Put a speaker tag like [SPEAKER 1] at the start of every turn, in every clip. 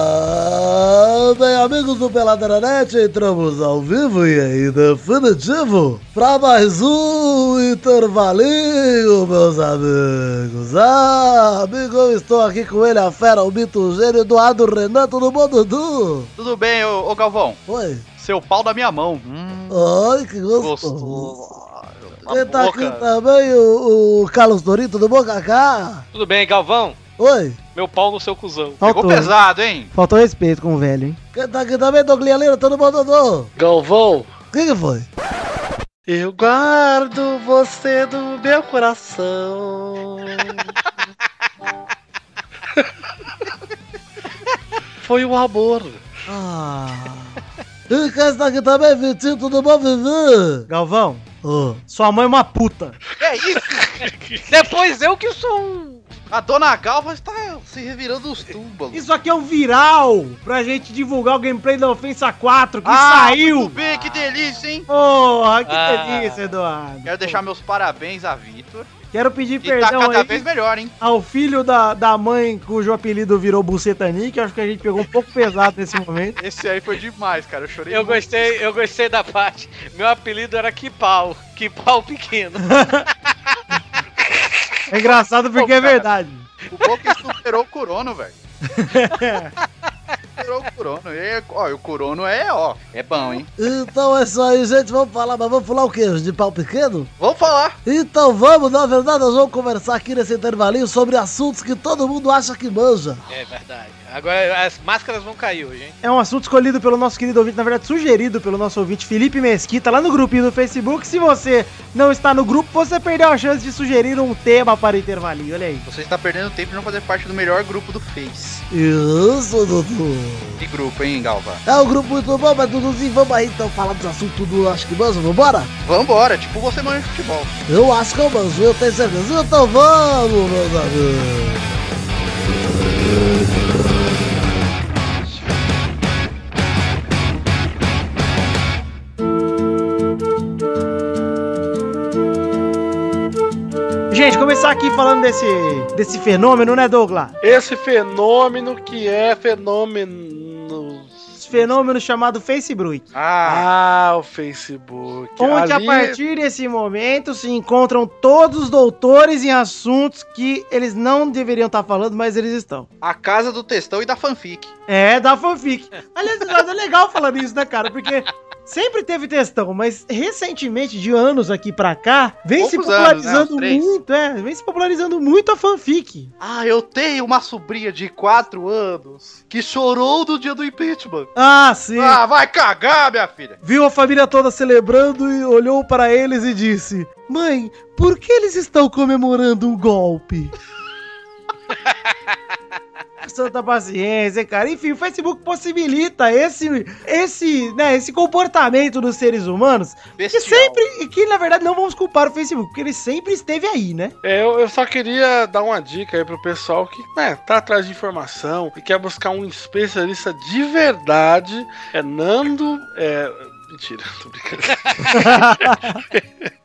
[SPEAKER 1] Oh! Bem, amigos do Peladranet, entramos ao vivo e em definitivo para mais um intervalinho, meus amigos. Ah, amigo, eu estou aqui com ele, a fera, o mito, o gênio, Eduardo Renan, tudo bom, Dudu?
[SPEAKER 2] Tudo bem, ô, ô Galvão?
[SPEAKER 1] Oi.
[SPEAKER 2] Seu pau da minha mão. Hum,
[SPEAKER 1] Ai, que gostoso.
[SPEAKER 2] gostoso.
[SPEAKER 1] Quem
[SPEAKER 2] Uma
[SPEAKER 1] tá
[SPEAKER 2] boca.
[SPEAKER 1] aqui também, o, o Carlos Torinho, tudo bom, Kaká?
[SPEAKER 3] Tudo bem, Galvão?
[SPEAKER 1] Oi.
[SPEAKER 3] Meu pau no seu cuzão.
[SPEAKER 2] Pegou
[SPEAKER 4] Faltou,
[SPEAKER 2] pesado, hein?
[SPEAKER 4] faltou respeito com o velho, hein?
[SPEAKER 1] Quem tá aqui também, Douglas Lira, tudo bom, Dudu?
[SPEAKER 3] Galvão,
[SPEAKER 1] O que, que foi?
[SPEAKER 3] eu guardo você no meu coração. Foi o amor.
[SPEAKER 1] Ah. E quem está aqui também, Vitinho, tudo bom, Vivi?
[SPEAKER 4] Galvão,
[SPEAKER 1] Ô,
[SPEAKER 4] sua mãe é uma puta.
[SPEAKER 2] É isso.
[SPEAKER 3] Depois eu que sou um.
[SPEAKER 2] A dona Galva está se revirando os túmulos.
[SPEAKER 4] Isso aqui é um viral pra gente divulgar o gameplay da Ofensa 4 que
[SPEAKER 2] Tudo
[SPEAKER 4] saiu.
[SPEAKER 2] Ah, bem, que delícia, hein?
[SPEAKER 4] Porra, que
[SPEAKER 3] Ah.
[SPEAKER 4] delícia, Eduardo.
[SPEAKER 2] Quero deixar meus parabéns a Vitor.
[SPEAKER 4] Quero pedir
[SPEAKER 2] E tá
[SPEAKER 4] perdão
[SPEAKER 2] cada
[SPEAKER 4] aí
[SPEAKER 2] vez melhor, hein?
[SPEAKER 4] ao filho da, da mãe cujo apelido virou Bucetani, que acho que a gente pegou um pouco pesado nesse momento.
[SPEAKER 2] Esse aí foi demais, cara. Eu chorei
[SPEAKER 3] Eu
[SPEAKER 2] muito.
[SPEAKER 3] gostei, eu gostei da parte. Meu apelido era Que Pau. Que Pau Pequeno.
[SPEAKER 4] É engraçado porque é verdade.
[SPEAKER 2] O Boca superou o Curono, velho. superou o Curono. E, ó, e o Curono é, ó, é bom, hein?
[SPEAKER 1] Então é isso aí, gente. Vamos falar, mas vamos pular o quê? Os De pau pequeno?
[SPEAKER 2] Vamos falar.
[SPEAKER 1] Então vamos, na verdade, nós vamos conversar aqui nesse intervalinho sobre assuntos que todo mundo acha que manja.
[SPEAKER 3] É verdade. Agora as máscaras vão cair hoje, hein?
[SPEAKER 4] É um assunto escolhido pelo nosso querido ouvinte, na verdade sugerido pelo nosso ouvinte Felipe Mesquita, lá no grupinho do Facebook. Se você não está no grupo, você perdeu a chance de sugerir um tema para o intervalinho, olha aí.
[SPEAKER 2] Você está perdendo tempo de não fazer parte do melhor grupo do Face.
[SPEAKER 1] Isso, Dudu.
[SPEAKER 2] Que grupo, hein, Galva?
[SPEAKER 1] É um grupo muito bom, mas Duduzinho, vamos aí então falar dos assuntos do Acho que Manjo, vambora?
[SPEAKER 2] Vambora, tipo você manja de futebol.
[SPEAKER 1] Eu acho que é eu manjo, eu tenho certeza. Então vamos, meus amigos.
[SPEAKER 4] Gente, começar aqui falando desse, desse fenômeno, né, Douglas?
[SPEAKER 5] Esse fenômeno que é fenômeno.
[SPEAKER 4] Esse fenômeno chamado Facebook.
[SPEAKER 2] Ah,
[SPEAKER 5] Ah, o Facebook.
[SPEAKER 4] Onde a
[SPEAKER 5] Ali-
[SPEAKER 4] partir desse momento se encontram todos os doutores em assuntos que eles não deveriam estar falando, mas eles estão.
[SPEAKER 2] a casa do textão e da fanfic.
[SPEAKER 4] É, da fanfic. Aliás, Eduardo, é legal falar isso, né, cara? Porque sempre teve textão, mas recentemente, de anos aqui pra cá, vem se
[SPEAKER 2] Poucos anos, né?
[SPEAKER 4] popularizando
[SPEAKER 2] Uns três.
[SPEAKER 4] muito, é, vem se popularizando muito a fanfic.
[SPEAKER 2] Ah, eu tenho uma sobrinha de 4 anos que chorou no dia do impeachment.
[SPEAKER 4] Ah, sim.
[SPEAKER 2] Ah, vai cagar, minha filha.
[SPEAKER 4] Viu a família toda celebrando e olhou para eles e disse: Mãe, por que eles estão comemorando um golpe? Santa paciência, cara. Enfim, o Facebook possibilita esse, esse, né, esse comportamento dos seres humanos Que
[SPEAKER 2] Bestial.
[SPEAKER 4] sempre, e que na verdade não vamos culpar o Facebook, porque ele sempre esteve aí, né?
[SPEAKER 5] É, Eu, eu só queria dar uma dica aí pro pessoal que né, tá atrás de informação e quer buscar um especialista de verdade. É Nando. É. Mentira, tô brincando.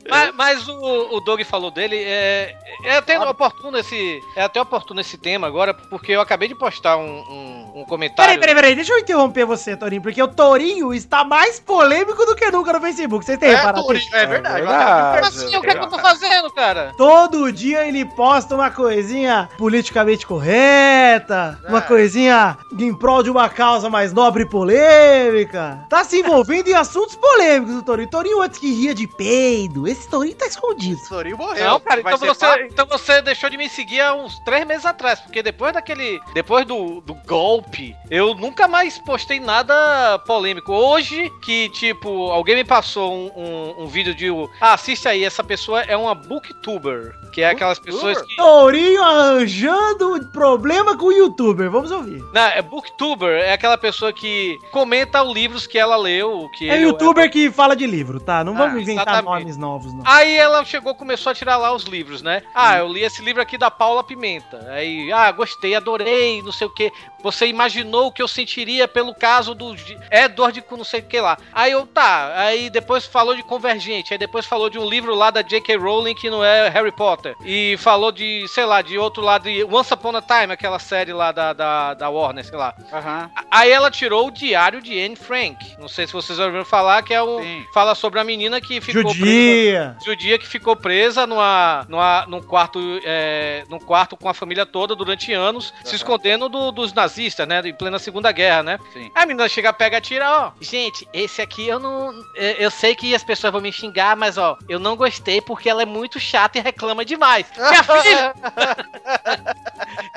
[SPEAKER 3] Mas, mas o, o Doug falou dele, é, é até
[SPEAKER 5] Ah.
[SPEAKER 3] oportuno esse. É até oportuno esse tema agora, porque eu acabei de postar um, um, um
[SPEAKER 4] Peraí,
[SPEAKER 3] comentário.
[SPEAKER 4] peraí, peraí, deixa eu interromper você, Torinho, porque o Torinho está mais polêmico do que nunca no Facebook. Vocês têm
[SPEAKER 2] É,
[SPEAKER 4] reparado?
[SPEAKER 2] Turi,
[SPEAKER 4] isso?
[SPEAKER 2] é verdade.
[SPEAKER 5] É
[SPEAKER 2] mas-
[SPEAKER 3] Como assim? O que, é que
[SPEAKER 5] Ah,
[SPEAKER 3] eu tô fazendo, cara?
[SPEAKER 4] Todo dia ele posta uma coisinha politicamente correta, uma
[SPEAKER 2] É.
[SPEAKER 4] coisinha em prol de uma causa mais nobre e polêmica. Tá se envolvendo em assuntos polêmicos, o Torinho. Torinho antes que ria de peido. Esse Torinho tá escondido.
[SPEAKER 2] Turi morreu.
[SPEAKER 3] Não, cara,
[SPEAKER 2] Vai
[SPEAKER 3] então
[SPEAKER 2] ser papo?
[SPEAKER 3] você, então você deixou de me seguir há uns três meses atrás, porque depois daquele. Depois do, do golpe, eu nunca mais postei nada polêmico. Hoje, que, tipo, alguém me passou um, um, um vídeo de. Ah, assista aí, essa pessoa é uma booktuber. Que é aquelas pessoas que.
[SPEAKER 4] Tourinho arranjando um problema com o youtuber. Vamos ouvir.
[SPEAKER 3] Não, é booktuber, é aquela pessoa que comenta os livros que ela leu. Que
[SPEAKER 4] É
[SPEAKER 3] ele-
[SPEAKER 4] youtuber que fala de livro, tá? Não
[SPEAKER 3] Ah,
[SPEAKER 4] vamos inventar
[SPEAKER 3] exatamente.
[SPEAKER 4] nomes novos novos, não.
[SPEAKER 3] Aí ela chegou, começou a tirar lá os livros, né? Ah, eu li esse livro aqui da Paula Pimenta. Aí, ah, gostei, adorei, não sei o quê. Você imaginou o que eu sentiria pelo caso do G- Edward com não sei o que lá. Aí eu, tá. Aí depois falou de Convergente. Aí depois falou de um livro lá da J.K. Rowling que não é Harry Potter. E falou de, sei lá, de outro lado, de Once Upon a Time, aquela série lá da, da, da Warner, sei lá.
[SPEAKER 2] Aham.
[SPEAKER 3] Aí ela tirou o diário de Anne Frank. Não sei se vocês ouviram falar, que é um.
[SPEAKER 2] Sim.
[SPEAKER 3] Fala sobre a menina que ficou. presa-
[SPEAKER 4] Judia!
[SPEAKER 3] o dia que ficou presa numa, numa, num, quarto, é, num quarto com a família toda durante anos, se escondendo do- dos nazistas, né? Em plena Segunda Guerra, né?
[SPEAKER 2] Sim.
[SPEAKER 3] A menina chega, pega, tira, ó. Gente, esse aqui eu não. é, Eu sei que as pessoas vão me xingar, mas ó, eu não gostei porque ela é muito chata e reclama demais. Minha filha!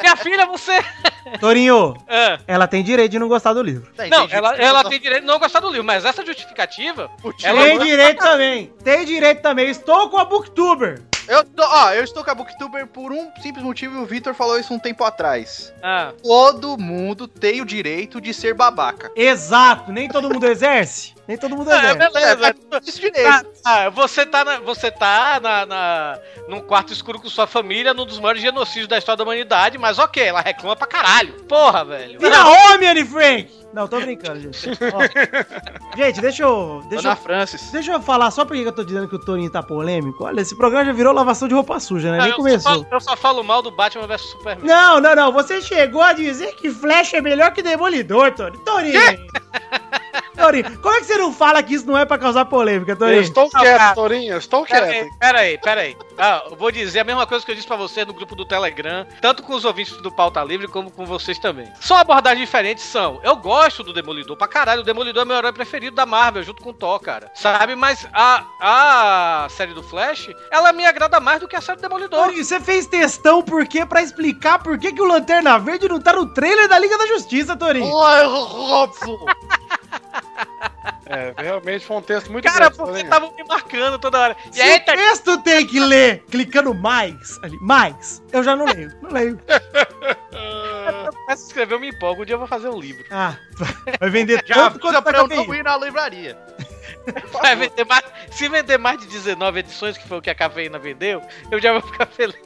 [SPEAKER 3] Minha filha, você.
[SPEAKER 4] Torinho,
[SPEAKER 3] Ah,
[SPEAKER 4] ela tem direito de não gostar do livro.
[SPEAKER 2] Tá,
[SPEAKER 3] não,
[SPEAKER 2] entendi.
[SPEAKER 3] ela, ela tem direito de não gostar do livro, mas essa justificativa. Ela
[SPEAKER 4] tem direito também. Tem direito também. Estou com a Booktuber.
[SPEAKER 2] Eu, tô- ó, eu estou com a Booktuber por um simples motivo e o Vitor falou isso um tempo atrás.
[SPEAKER 3] Ah,
[SPEAKER 2] Todo mundo tem o direito de ser babaca.
[SPEAKER 4] Exato. Nem todo mundo exerce. Ah, Nem todo mundo
[SPEAKER 3] é,
[SPEAKER 4] exerce.
[SPEAKER 3] beleza.
[SPEAKER 2] Isso direito.
[SPEAKER 3] Ah, ah, você tá, na, você tá na, na, num quarto escuro com sua família, num dos maiores genocídios da história da humanidade, mas ok, ela reclama pra caralho. Porra, velho.
[SPEAKER 4] Vira homem, Anne Frank! Não, tô brincando, gente. Ó, gente, deixa eu... Deixa eu
[SPEAKER 2] Dona Francis.
[SPEAKER 4] Deixa eu falar só porque eu tô dizendo que o Toninho tá polêmico. Olha, esse programa já virou lavação de roupa suja, né?
[SPEAKER 3] Ah,
[SPEAKER 4] Nem
[SPEAKER 3] eu,
[SPEAKER 4] começou.
[SPEAKER 3] Só falo, eu só falo mal do Batman vs Superman.
[SPEAKER 4] Não, não, não. Você chegou a dizer que Flash é melhor que Demolidor, Tony. Torinho! Torinho, como é que você não fala que isso não é pra causar polêmica,
[SPEAKER 5] Eu
[SPEAKER 4] Torinho?
[SPEAKER 5] estou quieto, Torinho, eu estou
[SPEAKER 3] Peraí,
[SPEAKER 5] quieto.
[SPEAKER 3] peraí, peraí. Ah, eu vou dizer a mesma coisa que eu disse pra você no grupo do Telegram, tanto com os ouvintes do Pauta Livre como com vocês também. Só abordagens diferentes são. Eu gosto do Demolidor pra caralho. O Demolidor é meu herói preferido da Marvel, junto com o Thor, cara. Sabe? Mas a, a série do Flash, ela me agrada mais do que a série do Demolidor.
[SPEAKER 4] Torinho, você fez textão por quê? Pra explicar por que, que o Lanterna Verde não tá no trailer da Liga da Justiça, Torinho.
[SPEAKER 2] Robson!
[SPEAKER 5] É, realmente foi um texto muito
[SPEAKER 3] Cara, tá-
[SPEAKER 5] grande,
[SPEAKER 3] porque
[SPEAKER 5] Torinho.
[SPEAKER 3] estavam me marcando toda hora. E
[SPEAKER 4] Se
[SPEAKER 3] aí,
[SPEAKER 4] o texto tem que ler clicando mais, ali, mais, eu já não leio, não leio.
[SPEAKER 3] começa a escrever, eu me empolgo. Um dia eu vou fazer um livro.
[SPEAKER 4] Ah, vai vender
[SPEAKER 2] Já
[SPEAKER 4] tanto
[SPEAKER 2] avisa
[SPEAKER 4] quanto tá
[SPEAKER 2] pra eu
[SPEAKER 4] cafeína.
[SPEAKER 2] não ir na livraria.
[SPEAKER 3] Vai vender mais, se vender mais de 19 edições, que foi o que a cafeína vendeu, eu já vou ficar feliz.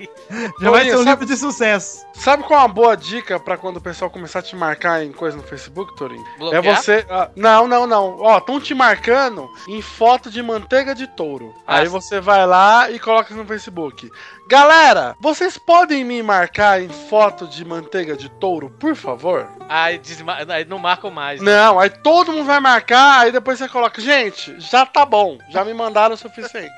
[SPEAKER 4] Já vai ser um
[SPEAKER 5] Torinho,
[SPEAKER 4] livro de sucesso.
[SPEAKER 5] Sabe qual é uma boa dica pra quando o pessoal começar a te marcar em coisa no Facebook, Torinho? É você. ah, não, não, não. Ó, estão te marcando em foto de manteiga de touro.
[SPEAKER 3] Ah,
[SPEAKER 5] Aí
[SPEAKER 3] sim.
[SPEAKER 5] você vai lá e coloca no Facebook. Galera, vocês podem me marcar em foto de manteiga de touro, por favor?
[SPEAKER 3] Aí, desma... aí não marcam mais. né?
[SPEAKER 5] Não, aí todo mundo vai marcar, aí depois você coloca. Gente, já tá bom. Já me mandaram o suficiente.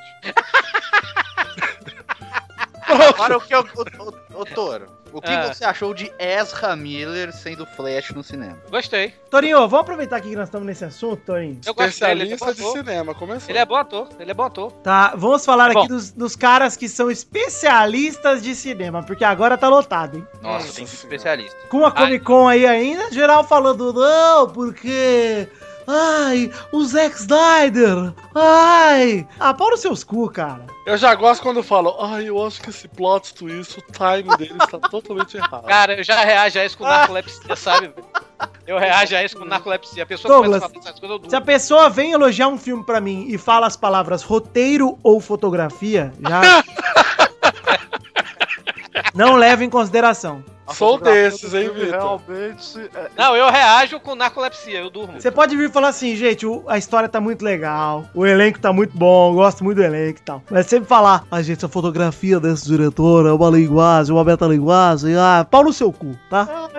[SPEAKER 2] Agora, o que eu. Ô, ô, ô, Toro, o que
[SPEAKER 3] Ah.
[SPEAKER 2] você achou de Ezra Miller sendo Flash no cinema?
[SPEAKER 3] Gostei.
[SPEAKER 4] Torinho, vamos aproveitar aqui que nós estamos nesse assunto, Torinho.
[SPEAKER 3] Eu gostei. Ele é, bom
[SPEAKER 5] Especialista de
[SPEAKER 3] ator.
[SPEAKER 5] cinema, começou.
[SPEAKER 3] ele é bom ator. Ele é bom ator.
[SPEAKER 4] Tá, vamos falar
[SPEAKER 3] Bom.
[SPEAKER 4] aqui dos, dos caras que são especialistas de cinema, porque agora tá lotado, hein?
[SPEAKER 5] Nossa senhora.
[SPEAKER 2] especialista.
[SPEAKER 4] Com a Comic Con aí ainda, geral falando, não, porque. Ai, o Zack Snyder! Ai! Ah, pau nos seus cu, cara.
[SPEAKER 5] Eu já gosto quando falam, ai, eu acho que esse plot twist, o time dele está totalmente errado.
[SPEAKER 3] Cara, eu já reajo a isso
[SPEAKER 5] Ah.
[SPEAKER 3] com narcolepsia, sabe? velho? Eu reajo a isso com narcolepsia. A pessoa
[SPEAKER 4] Douglas,
[SPEAKER 3] começa a falar essas coisas, eu
[SPEAKER 4] Se a
[SPEAKER 3] durmo.
[SPEAKER 4] pessoa vem elogiar um filme pra mim e fala as palavras roteiro ou fotografia, já. Não leva em consideração.
[SPEAKER 5] Sou desses, hein, Vitor?
[SPEAKER 2] Realmente.
[SPEAKER 3] Não, eu reajo com narcolepsia, eu durmo.
[SPEAKER 4] Você pode vir falar assim, gente, o- a história tá muito legal, o elenco tá muito bom, eu gosto muito do elenco e tal. Mas sempre falar, ah, gente, essa fotografia desse diretor é uma linguagem, uma metalinguagem, ah, pau no seu cu, tá?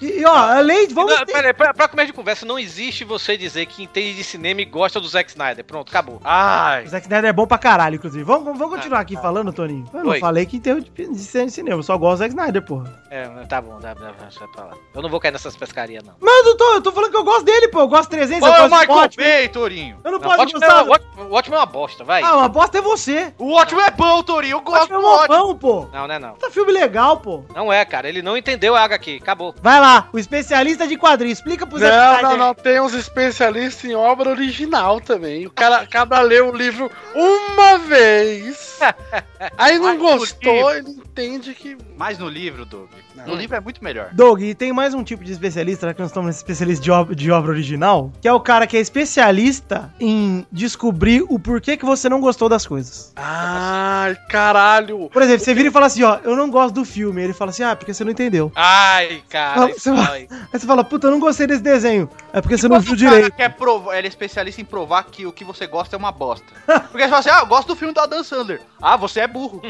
[SPEAKER 4] E, e, ó, além de. Vamos
[SPEAKER 3] Não,
[SPEAKER 4] ter-
[SPEAKER 3] peraí, pra, pra começo de conversa, não existe você dizer que entende de cinema e gosta do Zack Snyder. Pronto, acabou. Ai.
[SPEAKER 4] O Zack Snyder é bom pra caralho, inclusive. Vamos, vamos continuar aqui falando, Toninho? Eu não
[SPEAKER 3] Ah, tá. Oi.
[SPEAKER 4] falei que tem de, de cena de cinema, eu só gosto do Zack Snyder, porra.
[SPEAKER 3] É, tá bom, dá, dá, dá, deixa pra lá. Eu não vou cair nessas pescarias, não.
[SPEAKER 4] Mas eu não tô, eu tô falando que eu gosto dele, pô. Eu gosto 300,
[SPEAKER 2] Ô,
[SPEAKER 4] eu
[SPEAKER 2] o
[SPEAKER 4] gosto de
[SPEAKER 2] Michael Ah,
[SPEAKER 4] Watchmen.
[SPEAKER 2] Bay, Torinho!
[SPEAKER 4] Eu não
[SPEAKER 3] Não,
[SPEAKER 4] posso
[SPEAKER 3] Watchmen é-
[SPEAKER 4] gostar. do-
[SPEAKER 3] Watch- Watchmen é uma bosta, vai.
[SPEAKER 4] Ah, uma bosta é você.
[SPEAKER 2] O Watchmen é bom, Torinho! Eu
[SPEAKER 4] O
[SPEAKER 2] gosto
[SPEAKER 4] Watchmen é
[SPEAKER 2] do
[SPEAKER 4] um
[SPEAKER 2] Watchmen!
[SPEAKER 4] bom, pô.
[SPEAKER 3] Não, não é não.
[SPEAKER 4] Tá filme legal, pô.
[SPEAKER 3] Não é, cara. Ele não entendeu a HQ. Acabou.
[SPEAKER 4] Vai lá, o especialista de quadrinhos. Explica pro Zack
[SPEAKER 5] Não,
[SPEAKER 4] Snyder.
[SPEAKER 5] não, não. Tem uns especialistas em obra original também. O cara acaba lê o livro uma vez. Aí não
[SPEAKER 2] Ai,
[SPEAKER 5] gostou, ele entende que.
[SPEAKER 6] Mas no livro, Doug.
[SPEAKER 5] Não.
[SPEAKER 3] Hum.
[SPEAKER 6] No livro é muito melhor.
[SPEAKER 4] Doug, e tem mais um tipo de especialista, já que nós estamos nesse especialista de ob- de obra, original, que é o cara que é especialista em descobrir o porquê que você não gostou das coisas.
[SPEAKER 5] Ai, caralho!
[SPEAKER 4] Por exemplo, você vira e fala assim, ó, eu não gosto do filme. Ele fala assim, ah, porque você não entendeu.
[SPEAKER 3] Ai, cara, É
[SPEAKER 4] Não,
[SPEAKER 3] isso
[SPEAKER 4] você vai-
[SPEAKER 3] vai.
[SPEAKER 4] Aí você fala, puta, eu não gostei desse desenho. É porque você não
[SPEAKER 6] Quando
[SPEAKER 4] viu
[SPEAKER 6] o cara
[SPEAKER 4] direito.
[SPEAKER 6] Quer provar, ele é especialista em provar que o que você gosta é uma bosta. Porque você fala assim, ah, eu gosto do filme do Adam Sandler. Ah, você é burro.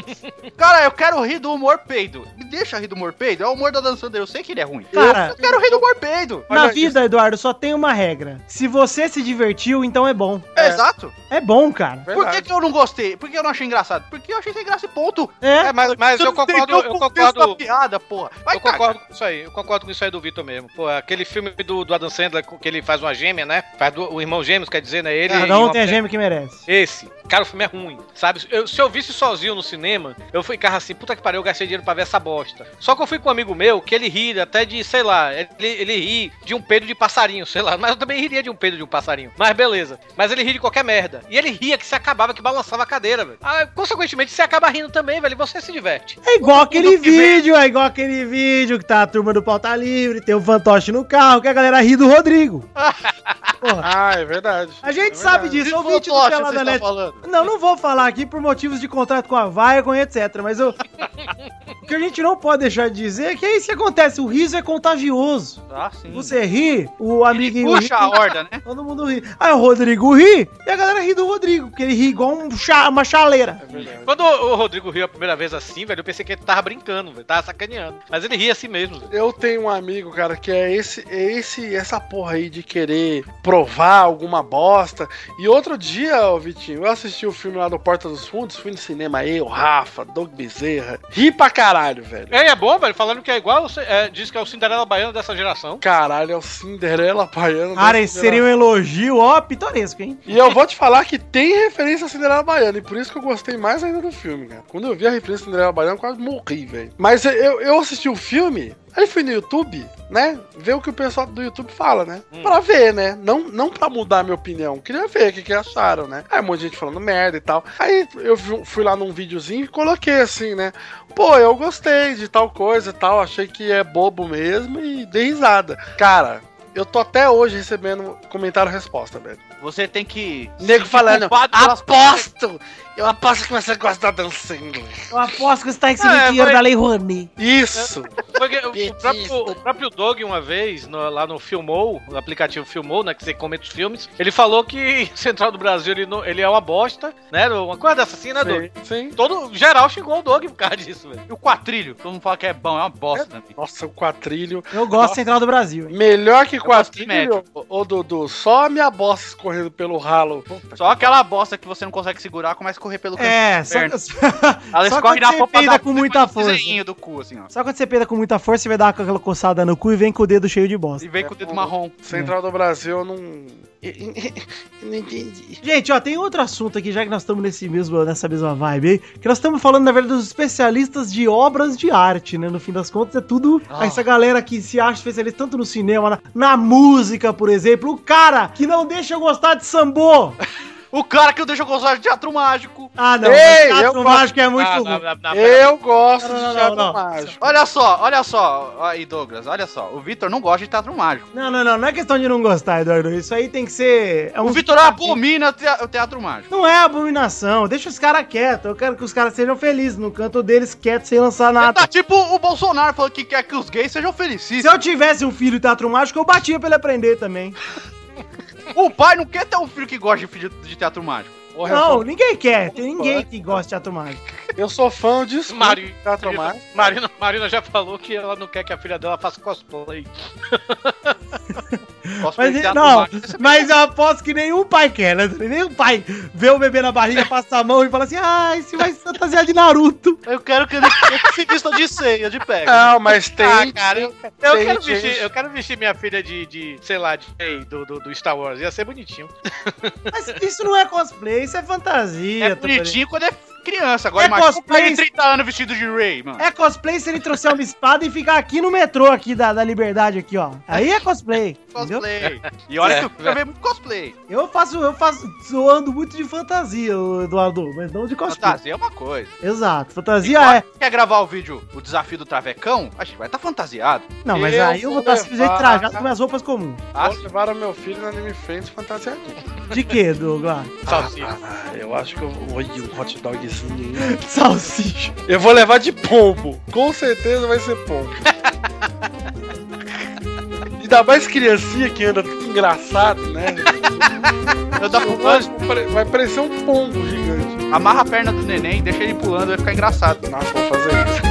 [SPEAKER 6] Cara, eu quero rir do humor peido. Me deixa rir do humor peido. É o humor do Adam Sandler, eu sei que ele é ruim.
[SPEAKER 4] Cara,
[SPEAKER 6] Eu quero rir do humor peido.
[SPEAKER 4] na
[SPEAKER 5] olha,
[SPEAKER 4] vida, Eduardo, só tem uma regra. Se você se divertiu, então é bom.
[SPEAKER 6] Exato.
[SPEAKER 4] É bom, cara.
[SPEAKER 6] Por que, que eu não gostei? Por que eu não achei engraçado? Porque eu achei sem graça e ponto.
[SPEAKER 4] É.
[SPEAKER 3] É, mas, mas
[SPEAKER 6] Você
[SPEAKER 3] eu
[SPEAKER 6] não
[SPEAKER 3] concordo,
[SPEAKER 6] entendeu o
[SPEAKER 3] eu
[SPEAKER 6] contexto da
[SPEAKER 3] concordo.
[SPEAKER 6] piada, porra. Vai
[SPEAKER 3] Eu concordo com isso aí, eu concordo com isso aí do Vitor mesmo. Pô, aquele filme do, do Adam Sandler com- que ele faz uma gêmea, né? Faz do- o irmão gêmeos, quer dizer, né? Ele.
[SPEAKER 4] Cada
[SPEAKER 3] e
[SPEAKER 4] um
[SPEAKER 3] uma
[SPEAKER 4] tem a
[SPEAKER 3] pe-
[SPEAKER 4] gêmea que merece.
[SPEAKER 3] Esse. Cara, o filme é ruim, sabe? Eu- se eu visse sozinho no cinema, eu ficava assim, puta que pariu, eu gastei dinheiro pra ver essa bosta. Só que eu fui com um amigo meu que ele ri até de, sei lá, ele, ele ri de um peido de passarinho, sei lá. Mas eu também riria de um peido de um passarinho. Mas beleza. Mas ele ri de qualquer merda. E ele ria que se acabava, que balançava a cadeira, velho. Ah, consequentemente, você acaba rindo também, velho. e Você se diverte.
[SPEAKER 4] É igual aquele
[SPEAKER 3] Tudo que vem.
[SPEAKER 4] vídeo, é igual aquele vídeo que tá a turma do Pauta Livre, tem o fantoche no carro, que a galera ri do Rodrigo. Porra,
[SPEAKER 5] Ah, é verdade.
[SPEAKER 4] a gente sabe disso, ouvinte do
[SPEAKER 6] Fantoche, vocês
[SPEAKER 4] Pelada
[SPEAKER 6] estão
[SPEAKER 4] Net.
[SPEAKER 6] falando.
[SPEAKER 4] Não, não vou falar aqui por motivos de contrato com a Viacom e etc, mas eu... o que a gente não pode deixar de dizer é que é isso que acontece, o riso é contagioso.
[SPEAKER 6] Ah, sim.
[SPEAKER 4] Você é ri, o amiguinho
[SPEAKER 6] Puxa a
[SPEAKER 4] ri,
[SPEAKER 6] horda, né?
[SPEAKER 4] todo mundo ri. Aí o Rodrigo ri, e a galera ri do Rodrigo, porque ele ri igual um cha- uma chaleira.
[SPEAKER 5] É verdade.
[SPEAKER 3] Quando o Rodrigo riu a primeira vez assim, velho, eu pensei que ele tava brincando, velho, tava sacaneando. Mas ele ria assim mesmo, velho.
[SPEAKER 5] Eu tenho um amigo, cara, que é esse, é esse, essa porra aí de querer provar alguma bosta. E outro dia, ô Vitinho, eu assisti o filme lá do Porta dos Fundos, fui no cinema eu, Rafa, Doug Bezerra. Ri pra caralho, velho.
[SPEAKER 3] É, é bom, velho, falando que é igual, é, diz que é o Cinderela Baiano dessa geração.
[SPEAKER 5] Caralho, é o Cinderela Baiano.
[SPEAKER 4] Cara,
[SPEAKER 5] da
[SPEAKER 4] esse seria um elogio, ó, pitoresco, hein?
[SPEAKER 5] E eu vou te falar que tem referência a Cinderela Baiana, e por isso que eu gostei mais ainda do filme, cara. Quando eu vi a referência a Cinderela Baiana, eu quase morri, velho. Mas eu, eu assisti o filme, aí fui no YouTube, né? Ver o que o pessoal do YouTube fala, né? Pra ver, né? Não, não pra mudar a minha opinião. Queria ver o que, que acharam, né? Aí um monte de gente falando merda e tal. Aí eu vi- fui lá num videozinho e coloquei assim, né? Pô, eu gostei de tal coisa e tal. Achei que é bobo mesmo e dei risada. Cara. Eu tô até hoje recebendo comentário-resposta, velho.
[SPEAKER 6] Você tem que.
[SPEAKER 5] O Nego
[SPEAKER 6] se
[SPEAKER 5] falando,
[SPEAKER 6] culpar pelas-
[SPEAKER 5] aposto! Eu aposto que você gosta da dançando.
[SPEAKER 4] Eu aposto que você tá recebendo
[SPEAKER 3] É,
[SPEAKER 4] dinheiro
[SPEAKER 3] mas-
[SPEAKER 4] da Lei Rouanet.
[SPEAKER 5] Isso!
[SPEAKER 3] Foi que o- o,
[SPEAKER 5] Petista.
[SPEAKER 3] próprio, o próprio Doug, uma vez, no- lá no Filmou, no aplicativo Filmou, né, que você comenta os filmes, ele falou que Central do Brasil ele, não- ele é uma bosta, né, uma coisa
[SPEAKER 6] É,
[SPEAKER 3] dessa assim, né, Doug?
[SPEAKER 5] Sim, sim.
[SPEAKER 3] Todo geral xingou o Doug por causa disso, velho.
[SPEAKER 6] E o quatrilho. Todo mundo fala que é bom, é uma bosta também.
[SPEAKER 5] Nossa, o quadrilho.
[SPEAKER 4] Eu gosto da Central do Brasil. hein?
[SPEAKER 5] Melhor que
[SPEAKER 6] gosto de
[SPEAKER 5] quadrilho, ô Dudu, só a minha bosta escorrendo pelo ralo. Puta
[SPEAKER 6] Só aquela bosta que você não consegue segurar, começa a correr pelo
[SPEAKER 4] É, só,
[SPEAKER 6] inferno.
[SPEAKER 4] só
[SPEAKER 6] Ela
[SPEAKER 4] só
[SPEAKER 6] escorre
[SPEAKER 4] quando
[SPEAKER 6] na
[SPEAKER 4] você
[SPEAKER 6] polpa
[SPEAKER 4] peida
[SPEAKER 6] da
[SPEAKER 4] com muita força.
[SPEAKER 6] desenho do cu, assim, ó.
[SPEAKER 4] quando você peida com muita força, você vai dar aquela coçada no cu e vem com o dedo cheio de bosta.
[SPEAKER 6] E
[SPEAKER 3] É
[SPEAKER 6] vem com o dedo marrom.
[SPEAKER 5] Central do Brasil, eu não. eu não entendi.
[SPEAKER 4] Gente, ó, tem outro assunto aqui, já que nós estamos nesse mesmo, nessa mesma vibe aí, que nós estamos falando, na verdade, dos especialistas de obras de arte, né? No fim das contas, é tudo
[SPEAKER 6] Ah.
[SPEAKER 4] essa galera que se acha especialista tanto no cinema, na, na música, por exemplo. O cara que não deixa eu gostar de sambô.
[SPEAKER 6] O cara que eu deixo gozar de teatro mágico.
[SPEAKER 4] Ah, não,
[SPEAKER 5] Ei,
[SPEAKER 4] o
[SPEAKER 5] eu
[SPEAKER 4] teatro
[SPEAKER 5] gosto-
[SPEAKER 4] mágico é muito
[SPEAKER 3] Ah,
[SPEAKER 4] ruim.
[SPEAKER 3] na- na- na-
[SPEAKER 5] Eu gosto
[SPEAKER 4] Não, não,
[SPEAKER 5] de
[SPEAKER 4] não,
[SPEAKER 5] Teatro
[SPEAKER 4] não.
[SPEAKER 5] Mágico.
[SPEAKER 6] Olha só, olha só. Aí, Douglas, olha só. O Vitor não gosta de teatro mágico.
[SPEAKER 4] Não, não, não, não é questão de não gostar, Eduardo. Isso aí tem que ser. é um-
[SPEAKER 6] O Vitor abomina o tea- o teatro mágico.
[SPEAKER 4] Não é abominação, deixa os caras quietos. Eu quero que os caras sejam felizes no canto deles, quietos, sem lançar
[SPEAKER 6] Ele
[SPEAKER 4] nada.
[SPEAKER 6] tá tipo o Bolsonaro falando que quer que os gays sejam felizes.
[SPEAKER 4] Se eu tivesse um filho teatro mágico, eu batia pra ele aprender também.
[SPEAKER 6] O pai não quer ter um filho que gosta de filho de teatro mágico.
[SPEAKER 5] Porra, eu
[SPEAKER 4] Não,
[SPEAKER 5] sou-
[SPEAKER 4] ninguém quer. Tem ninguém que gosta de teatro mágico.
[SPEAKER 5] Eu sou fã de escudo
[SPEAKER 3] Mário.
[SPEAKER 5] de Teatro Mágico.
[SPEAKER 3] Marina, Marina já falou que ela não quer que a filha dela faça cosplay.
[SPEAKER 6] Posso
[SPEAKER 4] Mas,
[SPEAKER 6] de teatro
[SPEAKER 4] não,
[SPEAKER 6] mágico.
[SPEAKER 4] mas eu aposto que nenhum pai quer, né? Nenhum pai vê o bebê na barriga, passa a mão e fala assim: ah, esse vai se fantasiar de Naruto.
[SPEAKER 2] Eu quero que ele se vista de ceia, de pega.
[SPEAKER 5] Não, mas tem.
[SPEAKER 3] cara, Eu
[SPEAKER 5] Tem
[SPEAKER 3] quero,
[SPEAKER 5] gente-
[SPEAKER 3] vestir, eu quero vestir minha filha de, de sei lá, de, do, do, do Star Wars. Ia ser bonitinho.
[SPEAKER 4] Mas isso não é cosplay, isso é fantasia.
[SPEAKER 3] É
[SPEAKER 4] Totorelli.
[SPEAKER 3] bonitinho quando é
[SPEAKER 6] criança, agora
[SPEAKER 4] É
[SPEAKER 6] imagina um
[SPEAKER 4] cosplay.
[SPEAKER 6] cara de 30 anos vestido de Ray, mano.
[SPEAKER 4] É cosplay se ele trouxer uma espada e ficar aqui no metrô aqui da, da Liberdade aqui, ó. Aí é cosplay, entendeu?
[SPEAKER 6] Cosplay. E olha
[SPEAKER 3] É,
[SPEAKER 6] que eu quero ver muito cosplay.
[SPEAKER 4] Eu faço, eu faço zoando muito de fantasia, ô, Eduardo, mas não de cosplay.
[SPEAKER 6] Fantasia é uma coisa.
[SPEAKER 4] Exato, fantasia
[SPEAKER 6] Igual-
[SPEAKER 4] é.
[SPEAKER 6] Quer gravar o vídeo, o desafio do Travecão? A gente vai estar fantasiado.
[SPEAKER 4] é, Não, mas
[SPEAKER 5] Eu
[SPEAKER 4] aí eu vou
[SPEAKER 5] vou
[SPEAKER 4] estar simplesmente
[SPEAKER 5] levar-
[SPEAKER 4] trajado com minhas roupas comuns.
[SPEAKER 6] Ah,
[SPEAKER 5] Vou levar o meu filho no Anime Friends fantasiadinho.
[SPEAKER 4] De quê, Douglas?
[SPEAKER 3] Salsicha.
[SPEAKER 5] Ah, eu acho que eu vou. Oi, um hot dogzinho, hein?
[SPEAKER 4] Salsicha.
[SPEAKER 5] Eu vou levar de pombo. Com certeza vai ser pombo. Ainda mais criancinha que anda tudo engraçado, né?
[SPEAKER 6] Anda pulando,
[SPEAKER 5] Vai parecer um pombo gigante.
[SPEAKER 6] amarra a perna do neném, deixa ele pulando, vai ficar engraçado.
[SPEAKER 5] Nossa, vou fazer isso.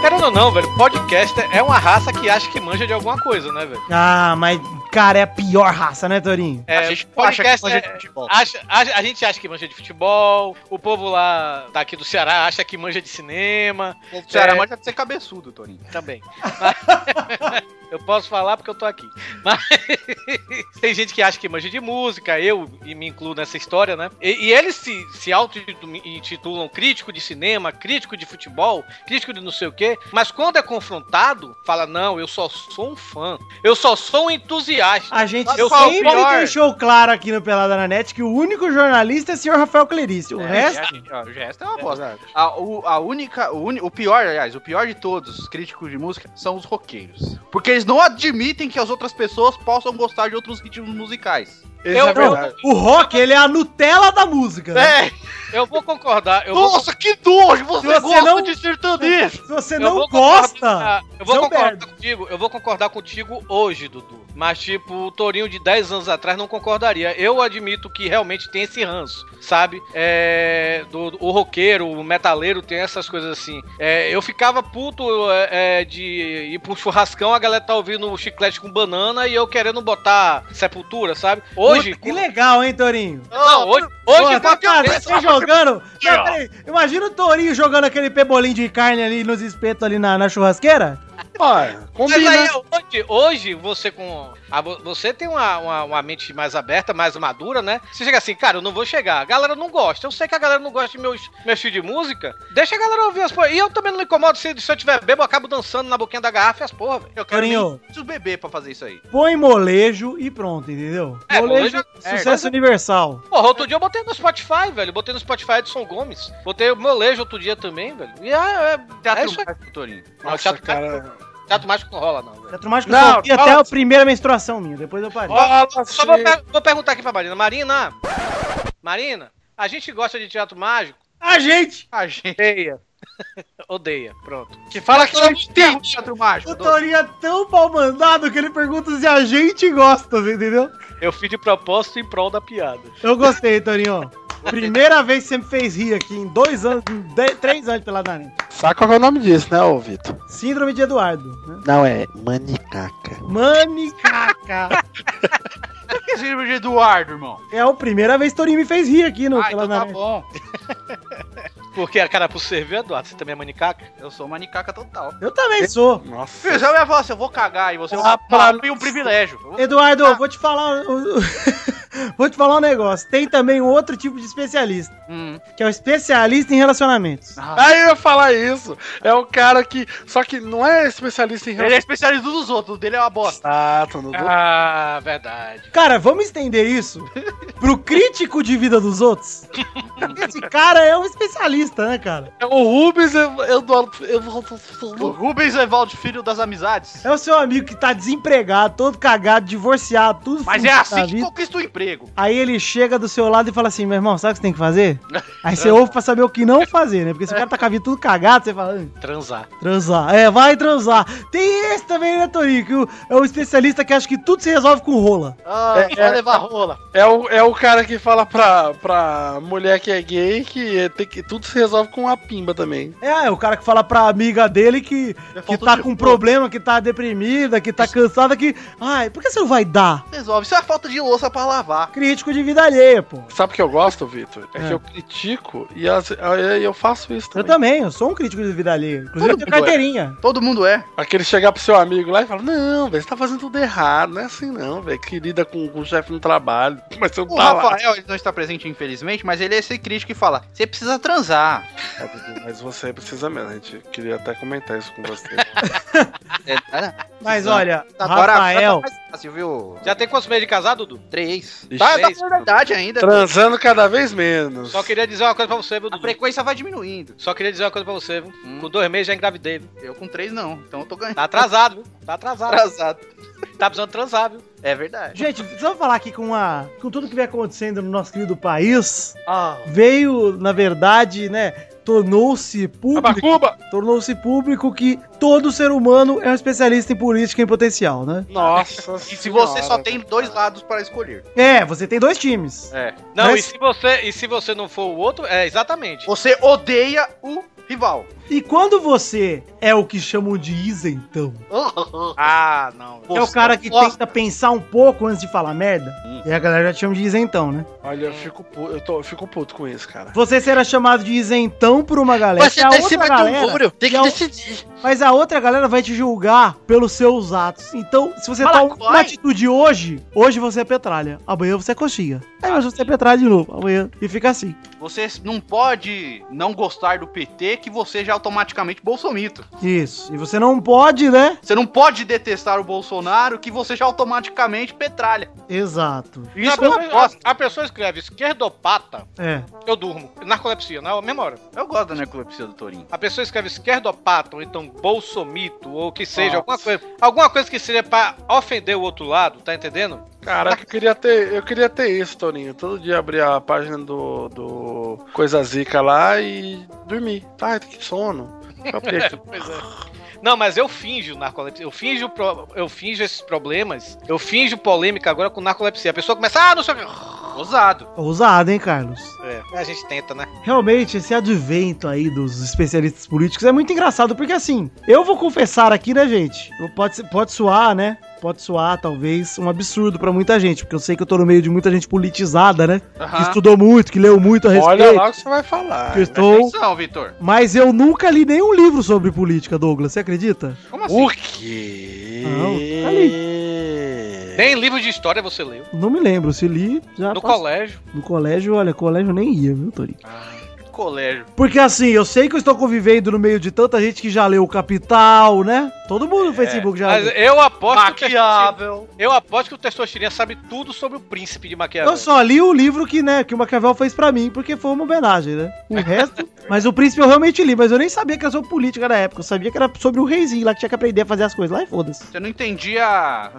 [SPEAKER 3] Querendo ou não, velho, podcast é uma raça que acha que manja de alguma coisa, né, velho?
[SPEAKER 4] Ah, mas, cara, é a pior raça, né, Torinho?
[SPEAKER 3] É,
[SPEAKER 6] a gente
[SPEAKER 3] podcast
[SPEAKER 6] manja
[SPEAKER 3] é-
[SPEAKER 6] de futebol.
[SPEAKER 3] Acha, acha- a gente acha que manja de futebol, o povo lá daqui do Ceará acha que manja de cinema
[SPEAKER 6] O povo do Ceará
[SPEAKER 3] é.
[SPEAKER 6] manja de ser cabeçudo, Toninho.
[SPEAKER 3] também. Mas- eu posso falar porque eu tô aqui. Mas tem gente que acha que manja de música, eu e me incluo nessa história, né? E, e eles se, se auto-intitulam crítico de cinema, crítico de futebol, crítico de não sei o quê, mas quando é confrontado, fala: não, eu só sou um fã, eu só sou um entusiasta.
[SPEAKER 4] A gente
[SPEAKER 3] Eu sou o
[SPEAKER 4] sempre
[SPEAKER 3] pior.
[SPEAKER 4] deixou claro aqui no Pelada na Net que o único jornalista é o senhor Rafael Clerício. O
[SPEAKER 6] É,
[SPEAKER 4] resto.
[SPEAKER 6] O resto é uma bosta. A, o, a única, o, uni- o pior, aliás, o pior de todos, os críticos de música, são os roqueiros. Porque eles não admitem que as outras pessoas possam gostar de outros ritmos musicais.
[SPEAKER 5] Esse
[SPEAKER 3] Eu-
[SPEAKER 5] é verdade.
[SPEAKER 4] O rock, ele é a Nutella da música. né?
[SPEAKER 6] É,
[SPEAKER 3] Eu vou concordar, eu vou
[SPEAKER 6] nossa, que nojo! Você,
[SPEAKER 4] Você
[SPEAKER 6] gosta
[SPEAKER 4] não-
[SPEAKER 6] de sertanejo!
[SPEAKER 4] Se você
[SPEAKER 3] Eu
[SPEAKER 4] não
[SPEAKER 3] vou concordar-
[SPEAKER 4] gosta.
[SPEAKER 3] eu vou
[SPEAKER 4] seu
[SPEAKER 3] concordar
[SPEAKER 4] merda.
[SPEAKER 3] contigo, eu vou concordar contigo hoje, Dudu. Mas, tipo, o Torinho de 10 anos atrás não concordaria. Eu admito que realmente tem esse ranço, sabe? É, do, do- o roqueiro, o metaleiro tem essas coisas assim. É, eu ficava puto é, é, de ir pro churrascão, a galera tá ouvindo o chiclete com banana e eu querendo botar sepultura, sabe? Hoje.
[SPEAKER 4] Puta, que legal, hein, Torinho?
[SPEAKER 3] Não, hoje,
[SPEAKER 4] Pô,
[SPEAKER 3] hoje
[SPEAKER 4] tá cara, você jogando.
[SPEAKER 3] Aqui, ó.
[SPEAKER 4] Não, peraí, imagina o Torinho jogando aquele pebolinho de carne ali nos espetos ali na, na churrasqueira.
[SPEAKER 5] Olha,
[SPEAKER 3] Mas aí,
[SPEAKER 5] combina.
[SPEAKER 3] hoje, hoje você com. a vo- você tem uma, uma, uma mente mais aberta, mais madura, né? Você chega assim, cara, eu não vou chegar. A galera não gosta. Eu sei que a galera não gosta de meus, meu estilo de música. Deixa a galera ouvir as porra. E eu também não me incomodo se, se eu tiver bebo, eu acabo dançando na boquinha da garrafa e as porra, velho.
[SPEAKER 6] Eu quero nem
[SPEAKER 4] Torinho,
[SPEAKER 6] preciso beber pra fazer isso aí.
[SPEAKER 4] põe molejo e pronto, entendeu?
[SPEAKER 3] É,
[SPEAKER 4] molejo,
[SPEAKER 3] molejo
[SPEAKER 6] é-
[SPEAKER 4] sucesso universal.
[SPEAKER 3] Porra, outro dia eu botei no Spotify, velho. Botei no Spotify Edson Gomes. Botei o molejo outro dia também, velho. E é. é, é
[SPEAKER 6] Teatro
[SPEAKER 3] isso aí.
[SPEAKER 6] Mágico, Torinho.
[SPEAKER 3] Não,
[SPEAKER 5] Nossa,
[SPEAKER 3] teatro,
[SPEAKER 5] cara.
[SPEAKER 3] teatro mágico não rola, não, velho.
[SPEAKER 4] Teatro Mágico
[SPEAKER 5] Não,
[SPEAKER 4] só vi até
[SPEAKER 5] fala-
[SPEAKER 4] a primeira menstruação minha, depois eu parei.
[SPEAKER 5] Fala
[SPEAKER 3] Só vou,
[SPEAKER 5] assim.
[SPEAKER 3] per- vou perguntar aqui pra Marina. Marina! Marina, a gente gosta de teatro mágico?
[SPEAKER 4] A gente!
[SPEAKER 6] A Ah, gente
[SPEAKER 3] Odeia. Odeia, pronto.
[SPEAKER 5] Que fala que
[SPEAKER 6] não
[SPEAKER 5] chama
[SPEAKER 6] enterra o Teatro Mágico.
[SPEAKER 4] O
[SPEAKER 6] Torinho.
[SPEAKER 4] Torinho é tão pau mandado que ele pergunta se a gente gosta, você entendeu?
[SPEAKER 3] Eu fiz de propósito em prol da piada.
[SPEAKER 4] Eu gostei, Torinho. Primeira vez que você me fez rir aqui em dois anos, em de- três anos pela Dani.
[SPEAKER 5] Sabe qual que é o nome disso, né, ô Vitor?
[SPEAKER 4] Síndrome de Eduardo. Né?
[SPEAKER 5] Não, é manicaca.
[SPEAKER 4] Manicaca.
[SPEAKER 6] Por que esse livro de Eduardo, irmão?
[SPEAKER 4] É a primeira vez que Torinho me fez rir aqui no
[SPEAKER 6] Ah,
[SPEAKER 4] pela
[SPEAKER 6] então tá
[SPEAKER 4] Dani.
[SPEAKER 6] bom.
[SPEAKER 3] Porque a cara pro servir, Eduardo, você também é manicaca?
[SPEAKER 6] Eu sou manicaca total.
[SPEAKER 4] Eu também sou.
[SPEAKER 5] Nossa.
[SPEAKER 6] Filho, você vai falar assim, eu vou cagar e você
[SPEAKER 5] Ah, pra
[SPEAKER 6] vai abrir um privilégio. Eu vou-
[SPEAKER 4] Eduardo, eu vou te falar. um, vou te falar um negócio. Tem também um outro tipo de especialista,
[SPEAKER 6] Hum.
[SPEAKER 4] que é o especialista em relacionamentos.
[SPEAKER 6] Ah.
[SPEAKER 5] Aí eu ia falar isso. É o cara que. Só que não é especialista em É
[SPEAKER 6] Ele é especialista dos outros, o dele é uma bosta.
[SPEAKER 5] Exato, no
[SPEAKER 3] Ah, verdade.
[SPEAKER 4] Cara, vamos estender isso pro crítico de vida dos outros? Esse cara é um especialista, né, cara?
[SPEAKER 5] É O Rubens Eduardo. Eu,
[SPEAKER 6] O Rubens Evaldo Filho das Amizades.
[SPEAKER 4] É o seu amigo que tá desempregado, todo cagado, divorciado, tudo
[SPEAKER 6] Mas é
[SPEAKER 4] fudido na
[SPEAKER 6] assim que
[SPEAKER 4] vida.
[SPEAKER 6] conquista o emprego.
[SPEAKER 4] Aí ele chega do seu lado e fala assim, meu irmão, sabe o que você tem que fazer? Aí você ouve pra saber o que não fazer, né? Porque se o cara tá com a vida tudo cagado, você fala, "Ah,
[SPEAKER 3] Transar.
[SPEAKER 4] transar. É, vai transar. Tem esse também, né, Torinho? Que o- é um especialista que acha que tudo se resolve com rola.
[SPEAKER 6] Ah,
[SPEAKER 5] É,
[SPEAKER 6] vai
[SPEAKER 5] é.
[SPEAKER 6] levar rola.
[SPEAKER 5] é, o, é o cara que fala pra, pra mulher que é gay que, tem que tudo se resolve com a pimba também.
[SPEAKER 4] É, é o cara que fala pra amiga dele que, que
[SPEAKER 6] falta
[SPEAKER 4] tá
[SPEAKER 6] de um
[SPEAKER 4] com
[SPEAKER 6] rola.
[SPEAKER 4] problema, que tá deprimida, que tá cansada, que... Ai, por que você não vai dar?
[SPEAKER 6] Resolve. Isso é falta de louça pra lavar. Babá.
[SPEAKER 4] Crítico de vida alheia, pô.
[SPEAKER 5] Sabe o que eu gosto, Vitor? É,
[SPEAKER 4] É.
[SPEAKER 5] que eu critico e as- aí eu faço isso
[SPEAKER 4] Eu
[SPEAKER 5] também.
[SPEAKER 4] também, eu sou um crítico de vida alheia. Inclusive, eu tenho
[SPEAKER 6] mundo é.
[SPEAKER 4] carteirinha.
[SPEAKER 6] Todo mundo é.
[SPEAKER 5] Aquele chegar pro seu amigo lá e falar: Não, velho, você tá fazendo tudo errado. Não é assim, não, velho. Querida com, com o chefe no trabalho. Mas você não
[SPEAKER 6] O
[SPEAKER 5] tá lá.
[SPEAKER 6] Rafael ele não está presente, infelizmente, mas ele é esse crítico que fala: você precisa transar.
[SPEAKER 5] É, Dudu, Mas você precisa mesmo. A gente queria até comentar isso com você.
[SPEAKER 6] É, ah,
[SPEAKER 4] Mas
[SPEAKER 6] Exato.
[SPEAKER 4] olha,
[SPEAKER 6] agora
[SPEAKER 4] Rafael,
[SPEAKER 6] agora tá mais fácil, viu?
[SPEAKER 3] Já tem quantos meses de casado, Dudu?
[SPEAKER 6] Três.
[SPEAKER 5] Ixi.
[SPEAKER 6] Tá, tá
[SPEAKER 3] Três.
[SPEAKER 6] na verdade ainda.
[SPEAKER 5] Transando cada vez menos.
[SPEAKER 3] Só queria dizer uma coisa pra você, viu,
[SPEAKER 6] A
[SPEAKER 3] Dudu?
[SPEAKER 6] frequência vai diminuindo.
[SPEAKER 3] Só queria dizer uma coisa pra você, viu?
[SPEAKER 6] Hum.
[SPEAKER 3] Com dois meses já engravidei, viu?
[SPEAKER 6] Eu com três não, então eu tô ganhando.
[SPEAKER 3] Tá atrasado, viu? Tá atrasado.
[SPEAKER 6] Atrasado.
[SPEAKER 3] Tá precisando transar, viu?
[SPEAKER 6] É verdade.
[SPEAKER 4] gente, precisamos falar aqui com, a, com tudo que vem acontecendo no nosso querido país.
[SPEAKER 3] Ah.
[SPEAKER 4] Veio, na verdade, né, tornou-se público.
[SPEAKER 5] Abacuba!
[SPEAKER 4] tornou-se público que todo ser humano é um especialista em política em potencial, né?
[SPEAKER 5] Nossa
[SPEAKER 6] E se você
[SPEAKER 5] senhora,
[SPEAKER 6] só tem
[SPEAKER 5] velho.
[SPEAKER 6] dois lados para escolher.
[SPEAKER 4] É, você tem dois times.
[SPEAKER 3] É. Não,
[SPEAKER 4] Mas-
[SPEAKER 3] e, se você, e se você não for o outro, é exatamente.
[SPEAKER 6] Você odeia o rival.
[SPEAKER 4] E quando você é o que chamam de isentão,
[SPEAKER 6] Ah, não.
[SPEAKER 4] é o cara que tenta pensar um pouco antes de falar merda, e a galera já te chama de isentão, né?
[SPEAKER 5] Olha, eu fico, pu- eu, tô, eu fico puto com isso, cara.
[SPEAKER 4] Você será chamado de isentão por uma galera,
[SPEAKER 7] Você
[SPEAKER 4] e a
[SPEAKER 7] tá em cima
[SPEAKER 4] outra
[SPEAKER 7] do
[SPEAKER 4] galera,
[SPEAKER 7] muro, tem que
[SPEAKER 4] e a-
[SPEAKER 7] decidir.
[SPEAKER 4] mas a outra galera vai te julgar pelos seus atos. Então, se você toma
[SPEAKER 6] Malacói.
[SPEAKER 4] uma atitude hoje, hoje você é petralha, amanhã você é coxinha, aí hoje você é petralha de novo, amanhã, e fica assim.
[SPEAKER 6] Você não pode não gostar do PT que você já é automaticamente bolsomito.
[SPEAKER 4] Isso, e você não pode, né,
[SPEAKER 6] Você não pode detestar o Bolsonaro que você já é automaticamente petralha.
[SPEAKER 4] Exato.
[SPEAKER 3] Não, a,
[SPEAKER 7] é
[SPEAKER 6] Isso eu não
[SPEAKER 3] pessoa,
[SPEAKER 6] gosto.
[SPEAKER 3] a- a pessoa escreve esquerdopata,
[SPEAKER 4] É.
[SPEAKER 3] eu durmo. Narcolepsia, na mesma hora.
[SPEAKER 6] Eu gosto da necropsia do Torinho.
[SPEAKER 3] A pessoa escreve esquerdopata, ou então bolsomito, ou que seja,
[SPEAKER 5] Nossa.
[SPEAKER 3] alguma coisa. Alguma coisa que seja pra ofender o outro lado, tá entendendo?
[SPEAKER 5] Caraca, eu queria ter, eu queria ter isso, Toninho. Todo dia abrir a página do, do Coisa Zica lá e dormir. Tá, que sono. Só abrir aqui.
[SPEAKER 3] Pois é. Não, mas eu finjo narcolepsia. Eu finjo, pro- eu finjo esses problemas. Eu finjo polêmica agora com narcolepsia. A pessoa começa, ah, não sei o que.
[SPEAKER 6] Ousado.
[SPEAKER 4] Ousado, é hein, Carlos?
[SPEAKER 3] É, a gente tenta, né?
[SPEAKER 4] Realmente, esse advento aí dos especialistas políticos é muito engraçado, porque assim, eu vou confessar aqui, né, gente? Pode, ser- pode soar, né? Pode soar, talvez, um absurdo pra muita gente, porque eu sei que eu tô no meio de muita gente politizada, né?
[SPEAKER 3] Ah.
[SPEAKER 4] Que
[SPEAKER 6] Aham.
[SPEAKER 4] estudou muito, que leu muito a
[SPEAKER 3] é.
[SPEAKER 4] respeito.
[SPEAKER 5] Olha lá o que você vai falar.
[SPEAKER 4] que eu estou...
[SPEAKER 6] Atenção, Vitor.
[SPEAKER 4] Mas eu nunca li nenhum livro sobre política, Douglas, você acredita?
[SPEAKER 6] Como assim?
[SPEAKER 5] O quê?
[SPEAKER 4] Não, tá
[SPEAKER 3] Nem livro de história você leu.
[SPEAKER 4] Não me lembro, se li, já
[SPEAKER 3] no
[SPEAKER 4] passou.
[SPEAKER 3] colégio.
[SPEAKER 4] No colégio, olha, colégio eu nem ia, viu, Torinho?
[SPEAKER 6] colégio.
[SPEAKER 4] Porque assim, eu sei que eu estou convivendo no meio de tanta gente que já leu o Capital, né? Todo mundo no Facebook já
[SPEAKER 3] É, Mas
[SPEAKER 4] leu.
[SPEAKER 3] eu aposto que
[SPEAKER 6] Maquiável.
[SPEAKER 3] o Eu aposto que o Testostirinha sabe tudo sobre o príncipe de Maquiavel.
[SPEAKER 4] Eu só li o livro que, né, que o Maquiavel fez pra mim, porque foi uma homenagem, né? O resto. mas o príncipe eu realmente li, mas eu nem sabia que era sobre política na época. Eu sabia que era sobre o reizinho lá que tinha que aprender a fazer as coisas lá e foda-se.
[SPEAKER 6] Você não entendia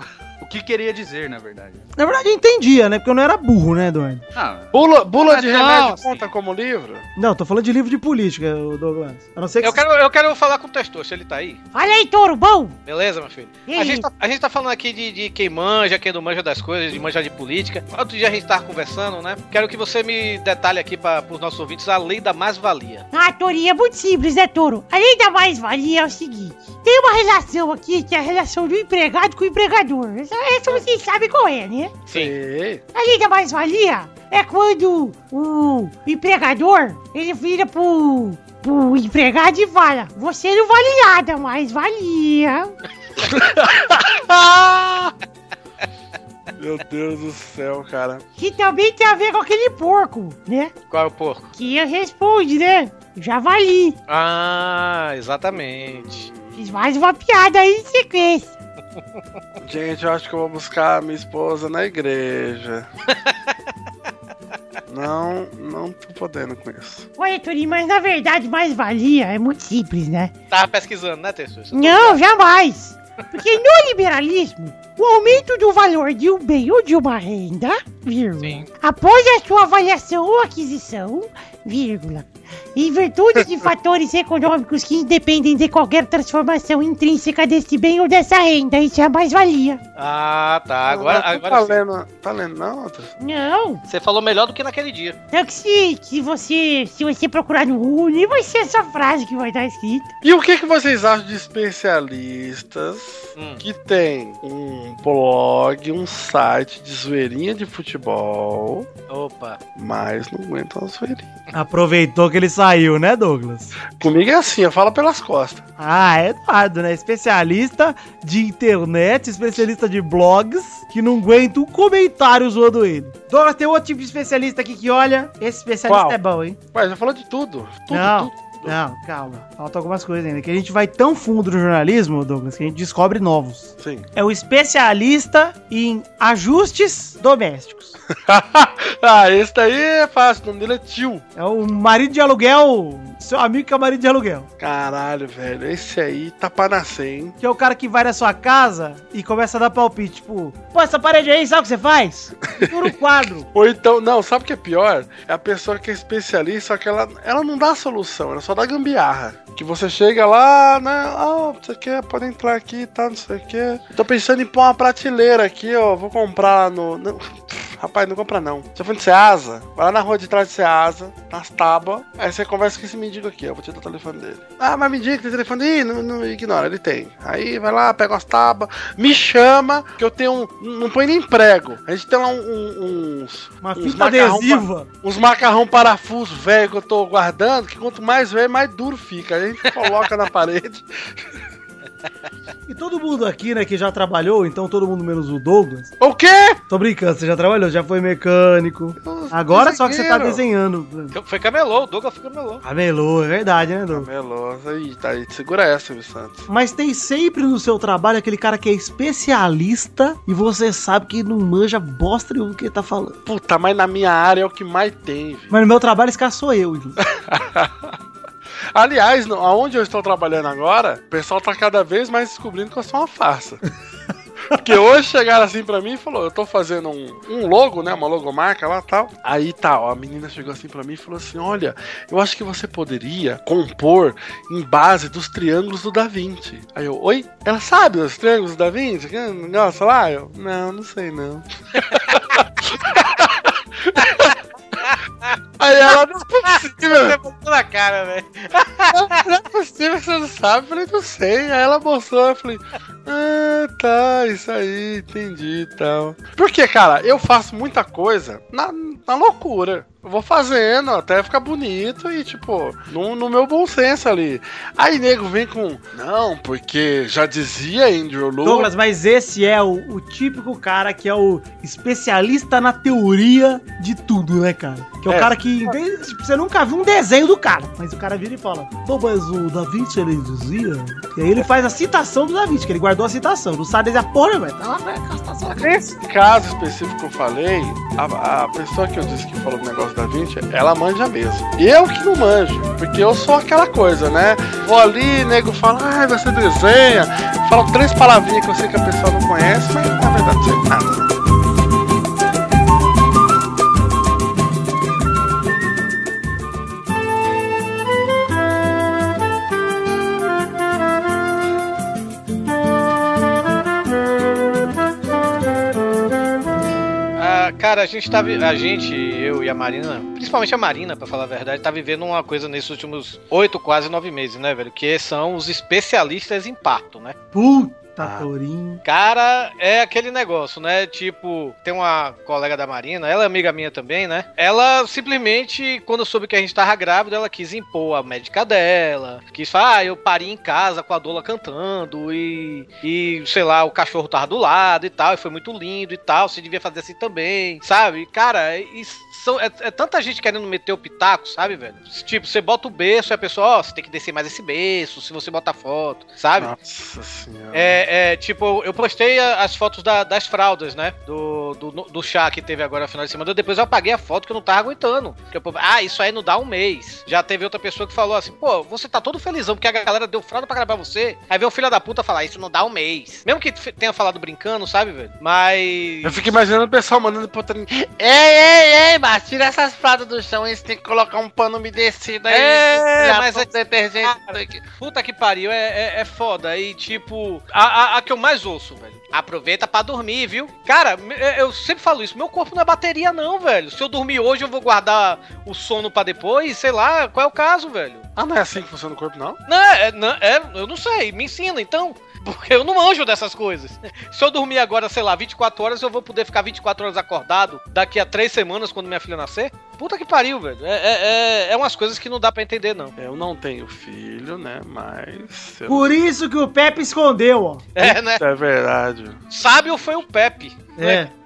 [SPEAKER 6] o que queria dizer, na verdade.
[SPEAKER 4] Na verdade, eu entendia, né? Porque eu não era burro, né, Eduardo?
[SPEAKER 6] Ah,
[SPEAKER 5] Bula, bula de
[SPEAKER 6] Não,
[SPEAKER 5] remédio
[SPEAKER 6] sim.
[SPEAKER 5] conta como livro?
[SPEAKER 4] Não, tô falando de livro de política, ô, Douglas. A não ser que.
[SPEAKER 3] Eu quero, eu quero falar com o Testor, se ele tá aí.
[SPEAKER 8] Olha aí, touro, bom!
[SPEAKER 3] Beleza, meu filho?
[SPEAKER 8] E
[SPEAKER 3] A
[SPEAKER 8] aí?
[SPEAKER 3] gente, tá, a gente tá falando aqui de, de quem manja, quem não manja das coisas, de manjar de política. Outro dia a gente tava conversando, né? Quero que você me detalhe aqui para os nossos ouvintes a lei da mais-valia.
[SPEAKER 8] Ah, tourinho, é muito simples, né, touro? Além da mais-valia, é o seguinte: tem uma relação aqui que é a relação do empregado com o empregador. Essa, essa vocês sabem qual é, né?
[SPEAKER 3] Sim.
[SPEAKER 8] Além da mais-valia, é quando o empregador ele vira pro, pro empregado e fala: Você não vale nada, mas valia.
[SPEAKER 5] Meu Deus do céu, cara.
[SPEAKER 8] Que também tem a ver com aquele porco, né?
[SPEAKER 3] Qual é o porco?
[SPEAKER 8] Que responde, né? Já vali.
[SPEAKER 3] Ah, exatamente.
[SPEAKER 8] Fiz mais uma piada aí em sequência.
[SPEAKER 5] Gente, eu acho que eu vou buscar a minha esposa na igreja. não, não tô podendo com isso.
[SPEAKER 8] Olha, Turim, mas na verdade mais valia é muito simples, né?
[SPEAKER 3] Tava pesquisando, né, Testor?
[SPEAKER 8] Não, jamais! Porque no liberalismo, o aumento do valor de um bem ou de uma renda, vírgula,
[SPEAKER 3] Sim.
[SPEAKER 8] após a sua avaliação ou aquisição, vírgula, Em virtude de fatores econômicos que independem de qualquer transformação intrínseca deste bem ou dessa renda, isso é a mais-valia.
[SPEAKER 3] Ah, tá. Agora,
[SPEAKER 5] Tá
[SPEAKER 3] agora sim.
[SPEAKER 5] lendo, tá lendo, não, Matheus?
[SPEAKER 8] Não,
[SPEAKER 3] Você falou melhor do que naquele dia.
[SPEAKER 8] não Então, que se, se você se você procurar no Google, nem vai ser essa frase que vai estar escrita.
[SPEAKER 5] E o que, que vocês acham de especialistas
[SPEAKER 3] Hum.
[SPEAKER 5] que tem um blog, um site de zoeirinha de futebol,
[SPEAKER 3] Opa.
[SPEAKER 5] mas não aguentam a zoeirinha?
[SPEAKER 4] Aproveitou que ele saiu, né, Douglas?
[SPEAKER 5] Comigo é assim, eu falo pelas costas.
[SPEAKER 4] Ah, Eduardo, né? Especialista de internet, especialista de blogs, que não aguenta um comentário zoando ele. Douglas, tem outro tipo de especialista aqui que olha. Esse especialista
[SPEAKER 5] Qual?
[SPEAKER 4] é bom, hein?
[SPEAKER 5] Ué, já falou de tudo. Tudo,
[SPEAKER 4] Não.
[SPEAKER 5] tudo.
[SPEAKER 4] Não, calma. Faltam algumas coisas ainda. Que a gente vai tão fundo no jornalismo, Douglas, que a gente descobre novos.
[SPEAKER 5] Sim.
[SPEAKER 4] É o especialista em ajustes domésticos.
[SPEAKER 5] ah, esse daí é fácil, o nome dele é Tio.
[SPEAKER 4] É o marido de aluguel, seu amigo que é o marido de aluguel.
[SPEAKER 5] Caralho, velho, esse aí tá pra nascer, hein?
[SPEAKER 4] Que é o cara que vai na sua casa e começa a dar palpite, tipo, pô, essa parede aí, sabe o que você faz? Fura um quadro.
[SPEAKER 5] Ou então, não, sabe o que é pior? É a pessoa que é especialista, só que ela, ela não dá a solução, ela só dá gambiarra. Que você chega lá, né? Ah, você quer, pode entrar aqui e tá, não sei o que. Tô pensando em pôr uma prateleira aqui, ó, vou comprar lá no. não, Rapaz, não compra não. Você foi no Ceasa? Vai lá na rua de trás do Ceasa, nas tábuas. Aí você conversa com esse mendigo aqui, ó. Vou te dar o telefone dele. Ah, mas mendigo, tem telefone? Ih, não, não ignora, ele tem. Aí vai lá, pega as tábuas, me chama, que eu tenho um. Não põe nem prego. A gente tem lá um- um- uns.
[SPEAKER 4] Uma
[SPEAKER 5] uns
[SPEAKER 4] fita
[SPEAKER 5] macarrão
[SPEAKER 4] adesiva.
[SPEAKER 5] uns macarrão parafuso velho que eu tô guardando, que quanto mais velho, mais duro fica. Aí A gente coloca na parede.
[SPEAKER 4] E todo mundo aqui, né, que já trabalhou, então todo mundo menos o Douglas.
[SPEAKER 5] O quê?
[SPEAKER 4] Tô brincando, você já trabalhou, já foi mecânico.
[SPEAKER 5] Eu-
[SPEAKER 4] Agora só que você tá
[SPEAKER 5] desenheiro.
[SPEAKER 4] desenhando.
[SPEAKER 3] Foi camelô, o Douglas foi camelô.
[SPEAKER 4] Camelô, é verdade, né, Douglas?
[SPEAKER 5] Melosa, aí, tá aí. Segura essa, Silvio Santos.
[SPEAKER 4] Mas tem sempre no seu trabalho aquele cara que é especialista e você sabe que não manja bosta nenhuma do que ele tá falando.
[SPEAKER 5] Puta, mas na minha área é o que mais tem, velho.
[SPEAKER 4] Mas no meu trabalho esse cara sou eu, inclusive.
[SPEAKER 5] Aliás, no- aonde eu estou trabalhando agora, o pessoal tá cada vez mais descobrindo que eu sou uma farsa. Porque hoje chegaram assim pra mim e falou, eu tô fazendo um, um logo, né? Uma logomarca lá e tal. Aí tá, ó, a menina chegou assim pra mim e falou assim: olha, eu acho que você poderia compor em base dos triângulos do Da Vinci. Aí eu, oi? Ela sabe os triângulos do Da Vinci? Que negócio lá? Eu, não, não sei não. Aí ela, não é
[SPEAKER 3] Ah.
[SPEAKER 5] possível.
[SPEAKER 3] botou na cara, velho.
[SPEAKER 5] Não é possível, você não sabe? Eu falei, não sei. Aí ela mostrou, eu falei, ah, tá, isso aí, entendi e tal. Porque, cara, eu faço muita coisa na, na loucura. Eu vou fazendo até ficar bonito e, tipo, no, no meu bom senso ali. Aí nego vem com, não, porque já dizia Andrew Lu.
[SPEAKER 4] Douglas, mas esse é o, o típico cara que é o especialista na teoria de tudo, né, cara? Que é o
[SPEAKER 5] É.
[SPEAKER 4] cara que. em vez- tipo, você nunca viu um desenho do cara, mas o cara vira e fala: Não, mas o Da Vinci ele dizia. E aí ele faz a citação do Da Vinci, que ele guardou a citação. Não sabe desde a porra, velho. Tá lá, velho, com a citação na cabeça.
[SPEAKER 5] Nesse caso específico que eu falei, a, a pessoa que eu disse que falou do negócio da 20, ela manja mesmo. Eu que não manjo, porque eu sou aquela coisa, né? Vou ali, nego fala, ai, você desenha. Falo três palavrinhas que eu sei que a pessoa não conhece, mas na verdade não sei nada.
[SPEAKER 3] Ah, cara, a gente tá. vi- A gente, eu e a Marina, principalmente a Marina, pra falar a verdade, tá vivendo uma coisa nesses últimos oito, quase nove meses, né, velho? Que são os especialistas em parto, né?
[SPEAKER 4] Puta
[SPEAKER 5] Ah.
[SPEAKER 4] tourinho.
[SPEAKER 3] Cara, é aquele negócio, né? Tipo, tem uma colega da Marina, ela é amiga minha também, né? Ela simplesmente, quando soube que a gente tava grávida, ela quis impor a médica dela. Quis falar, ah, eu pari em casa com a Dola cantando e, e, sei lá, o cachorro tava do lado e tal, e foi muito lindo e tal, você devia fazer assim também, sabe? Cara, e são, é, é tanta gente querendo meter o pitaco, sabe, velho? Tipo, você bota o berço e a pessoa, ó, você tem que descer mais esse berço, se você botar foto, sabe?
[SPEAKER 5] Ah, Nossa senhora.
[SPEAKER 3] É, é, tipo, eu postei a- as fotos da- das fraldas, né? Do, do, do chá que teve agora no final de semana. Depois eu apaguei a foto que eu não tava aguentando. Porque eu, ah, isso aí não dá um mês. Já teve outra pessoa que falou assim, pô, você tá todo felizão porque a galera deu fralda pra gravar você. Aí veio o filho da puta falar, isso não dá um mês. Mesmo que f- tenha falado brincando, sabe, velho? Mas.
[SPEAKER 5] Eu fico imaginando o pessoal mandando pro treino.
[SPEAKER 3] Ei, ei, ei,
[SPEAKER 7] Ah, tira essas pratas do chão, eles têm que colocar um pano umedecido aí.
[SPEAKER 3] É,
[SPEAKER 7] e
[SPEAKER 3] mas
[SPEAKER 7] pôr
[SPEAKER 3] é-
[SPEAKER 7] detergente.
[SPEAKER 3] Puta que pariu, é, é, é foda. E tipo, a, a, a que eu mais ouço, velho. Aproveita pra dormir, viu? Cara, me- é- eu sempre falo isso. Meu corpo não é bateria, não, velho. Se eu dormir hoje, eu vou guardar o sono pra depois. Sei lá, qual é o caso, velho?
[SPEAKER 5] Ah, não é assim que funciona o corpo, não?
[SPEAKER 3] Não, é, não, é, eu não sei. Me ensina, então. Porque eu não anjo dessas coisas. Se eu dormir agora, sei lá, 24 horas, eu vou poder ficar 24 horas acordado daqui a três semanas, quando minha filha nascer? Puta que pariu, velho. É, é, é, é umas coisas que não dá pra entender, não.
[SPEAKER 5] Eu não tenho filho, né? Mas. eu-
[SPEAKER 4] Por isso que o Pepe escondeu, ó.
[SPEAKER 3] É, né?
[SPEAKER 5] É verdade.
[SPEAKER 3] Sábio foi o Pepe. né?
[SPEAKER 4] É.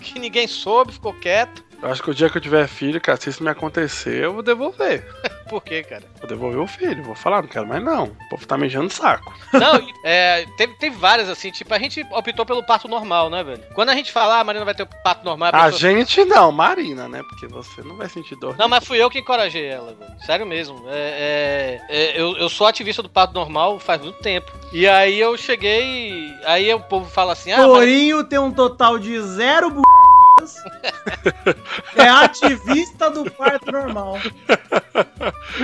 [SPEAKER 3] que ninguém soube, ficou quieto.
[SPEAKER 5] Eu acho que o dia que eu tiver filho, cara, se isso me acontecer, eu vou devolver.
[SPEAKER 3] Por quê, cara?
[SPEAKER 5] Vou devolver o filho, vou falar, não quero mais não. O povo tá me enchendo o saco.
[SPEAKER 3] Não, é, teve, teve várias assim, tipo, a gente optou pelo parto normal, né, velho? Quando a gente fala, ah, a Marina vai ter o parto normal,
[SPEAKER 5] A
[SPEAKER 3] pessoa-
[SPEAKER 5] gente não, Marina, né? Porque você não vai sentir dor.
[SPEAKER 3] Não, mas fui eu que encorajei ela, velho. Sério mesmo. É, é, é, eu, eu sou ativista do parto normal faz muito tempo. E aí eu cheguei. Aí o povo fala assim, ah, Marina,
[SPEAKER 4] Torinho tem um total de zero b... é ativista do parto normal.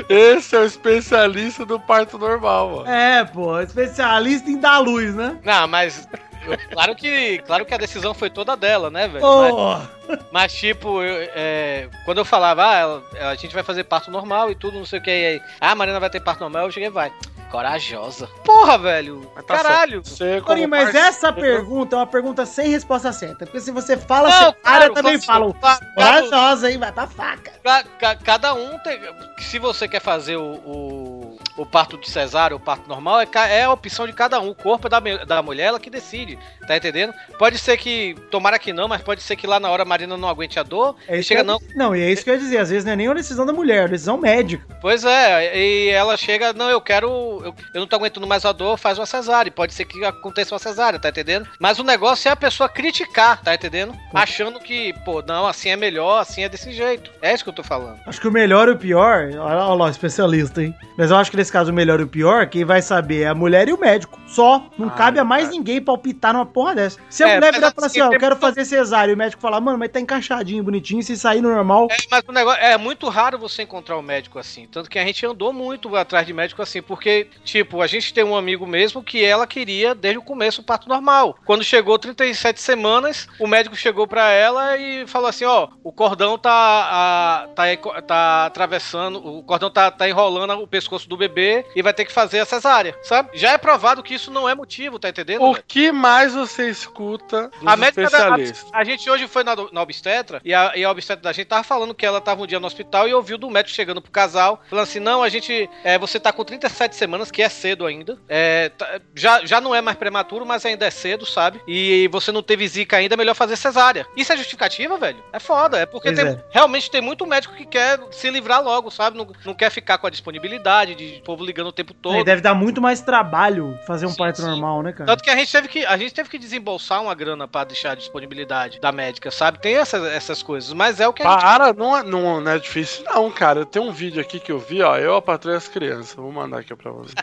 [SPEAKER 5] Esse é o especialista do parto normal, ó.
[SPEAKER 4] É, pô, especialista em dar luz, né?
[SPEAKER 3] não, mas. eu- claro que, claro que a decisão foi toda dela, né, velho? Mas-
[SPEAKER 4] Ô,
[SPEAKER 3] Mas, tipo, eu, é, quando eu falava, ah, ela- a gente vai fazer parto normal e tudo, não sei o que, aí, ah, a Marina vai ter parto normal, eu cheguei, vai. Corajosa. Porra, velho.
[SPEAKER 5] Mas tá
[SPEAKER 3] Caralho.
[SPEAKER 5] Você, como
[SPEAKER 4] Torinho, mas
[SPEAKER 5] parceiro-
[SPEAKER 4] essa pergunta é uma pergunta sem resposta certa. Porque se você fala,
[SPEAKER 3] Não,
[SPEAKER 4] você para,
[SPEAKER 3] claro,
[SPEAKER 4] eu também
[SPEAKER 3] claro,
[SPEAKER 4] falo.
[SPEAKER 3] claro, claro,
[SPEAKER 4] Corajosa, hein? Vai pra faca.
[SPEAKER 3] ca- ca- Cada um tem. Se você quer fazer o. o... o parto de cesárea, o parto normal, é, ca- é a opção de cada um. O corpo é da, me- da mulher, ela que decide. Tá entendendo? Pode ser que, tomara que não, mas pode ser que lá na hora a Marina não aguente a dor.
[SPEAKER 4] É isso
[SPEAKER 3] chega,
[SPEAKER 4] que eu-
[SPEAKER 3] não.
[SPEAKER 4] Não, e é isso que eu ia dizer. Às vezes não é nem uma decisão da mulher, é uma decisão médica.
[SPEAKER 3] Pois é, e ela chega, não, eu quero, eu, eu não tô aguentando mais a dor, faz uma cesárea. Pode ser que aconteça uma cesárea, tá entendendo? Mas o negócio é a pessoa criticar, tá entendendo? Achando que, pô, não, assim é melhor, assim é desse jeito. É isso que eu tô falando.
[SPEAKER 4] Acho que o melhor e o pior. Olha lá, olha lá, especialista, hein? Mas eu acho que nesse caso o melhor e o pior, quem vai saber é a mulher e o médico. Só. Não cabe a mais ninguém palpitar numa porra dessa. Se a
[SPEAKER 3] Ah, tá. É,
[SPEAKER 4] mulher
[SPEAKER 3] mas
[SPEAKER 4] virar e
[SPEAKER 3] assim,
[SPEAKER 4] falar assim, ó, eu
[SPEAKER 3] tem
[SPEAKER 4] quero
[SPEAKER 3] muito-
[SPEAKER 4] fazer cesárea, e o médico falar, mano, mas tá encaixadinho, bonitinho, se sair no normal.
[SPEAKER 3] É, mas o negócio é muito raro você encontrar um médico assim. Tanto que a gente andou muito atrás de médico assim, porque, tipo, a gente tem um amigo mesmo que ela queria desde o começo o parto normal. Quando chegou 37 semanas, o médico chegou pra ela e falou assim: ó, o cordão tá, a- tá, enco- tá atravessando, o cordão tá, tá enrolando o pescoço do bebê e vai ter que fazer a cesárea, sabe? Já é provado que isso não é motivo, tá entendendo?
[SPEAKER 5] O
[SPEAKER 3] velho?
[SPEAKER 5] que mais você escuta dos
[SPEAKER 3] A médica da, a,
[SPEAKER 5] especialistas?
[SPEAKER 3] a gente hoje foi na, do- na obstetra e a, e a obstetra da gente tava falando que ela tava um dia no hospital e ouviu do médico chegando pro casal, falando assim: não, a gente. é, você tá com 37 semanas, que é cedo ainda. é, tá- já, já não é mais prematuro, mas ainda é cedo, sabe? E você não teve zica ainda, é melhor fazer cesárea. Isso é justificativa, velho? É foda. É porque
[SPEAKER 4] Pois
[SPEAKER 3] tem-
[SPEAKER 4] é.
[SPEAKER 3] realmente tem muito médico que quer se livrar logo, sabe? Não, não quer ficar com a disponibilidade de povo ligando o tempo todo.
[SPEAKER 4] Aí deve dar muito mais trabalho fazer um
[SPEAKER 3] Sim,
[SPEAKER 4] parto
[SPEAKER 3] sim.
[SPEAKER 4] normal, né, cara?
[SPEAKER 3] Tanto que a gente teve que a gente teve que desembolsar uma grana pra deixar a disponibilidade da médica, sabe? Tem essas, essas coisas, mas é o que a gente
[SPEAKER 5] Para, não é, não, não é difícil não, cara. Eu tenho um vídeo aqui que eu vi, ó. Eu, a patroa e as crianças. Vou mandar aqui pra vocês.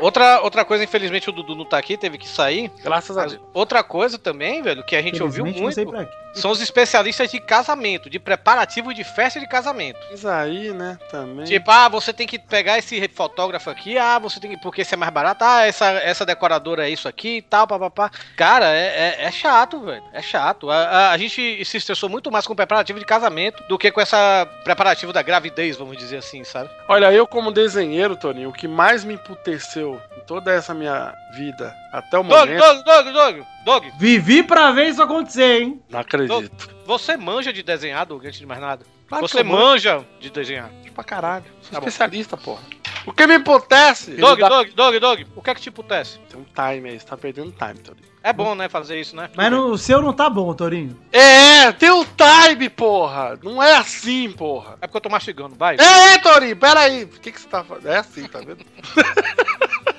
[SPEAKER 3] outra outra coisa, infelizmente o Dudu não tá aqui, teve que sair.
[SPEAKER 5] Graças a
[SPEAKER 3] Mas
[SPEAKER 5] Deus.
[SPEAKER 3] outra coisa também, velho, que a gente ouviu
[SPEAKER 4] Infelizmente, não sei
[SPEAKER 3] muito,
[SPEAKER 4] pra quê.
[SPEAKER 3] são os especialistas de casamento, de preparativo de festa de casamento.
[SPEAKER 5] Mas aí, né, também...
[SPEAKER 3] Tipo, ah, você tem que pegar esse fotógrafo aqui, ah, você tem que. Porque esse é mais barato, ah, essa, essa decoradora é isso aqui e tal, papapá. Cara, é, é, é chato, velho. É chato. A, a- a gente se estressou muito mais com o preparativo de casamento do que com essa preparativo da gravidez, vamos dizer assim, sabe?
[SPEAKER 5] Olha, eu como desenheiro, Toninho, o que mais me emputeceu em toda essa minha vida até o
[SPEAKER 3] Dog,
[SPEAKER 5] momento...
[SPEAKER 3] dog, dog, dog, dog,
[SPEAKER 4] Vivi pra ver isso acontecer, hein?
[SPEAKER 5] Não acredito.
[SPEAKER 3] você manja de desenhar, Doug, antes de mais nada.
[SPEAKER 5] Claro que
[SPEAKER 3] você
[SPEAKER 5] eu manjo
[SPEAKER 3] manja de desenhar.
[SPEAKER 5] pra caralho. Sou
[SPEAKER 3] Tá bom.
[SPEAKER 5] especialista, porra. O que me emputece...
[SPEAKER 3] Dog,
[SPEAKER 5] Ele dá-
[SPEAKER 3] dog, dog, dog, o que é que te acontece?
[SPEAKER 5] Tem um time aí, você tá perdendo time, Toninho.
[SPEAKER 3] É bom, né, fazer isso, né?
[SPEAKER 4] Mas não- o seu não tá bom, Torinho.
[SPEAKER 5] É, tem um time, porra! Não é assim, porra.
[SPEAKER 3] É porque eu tô mastigando, vai.
[SPEAKER 5] É, é, Torinho, peraí. O que, que você tá fazendo? É assim, tá vendo?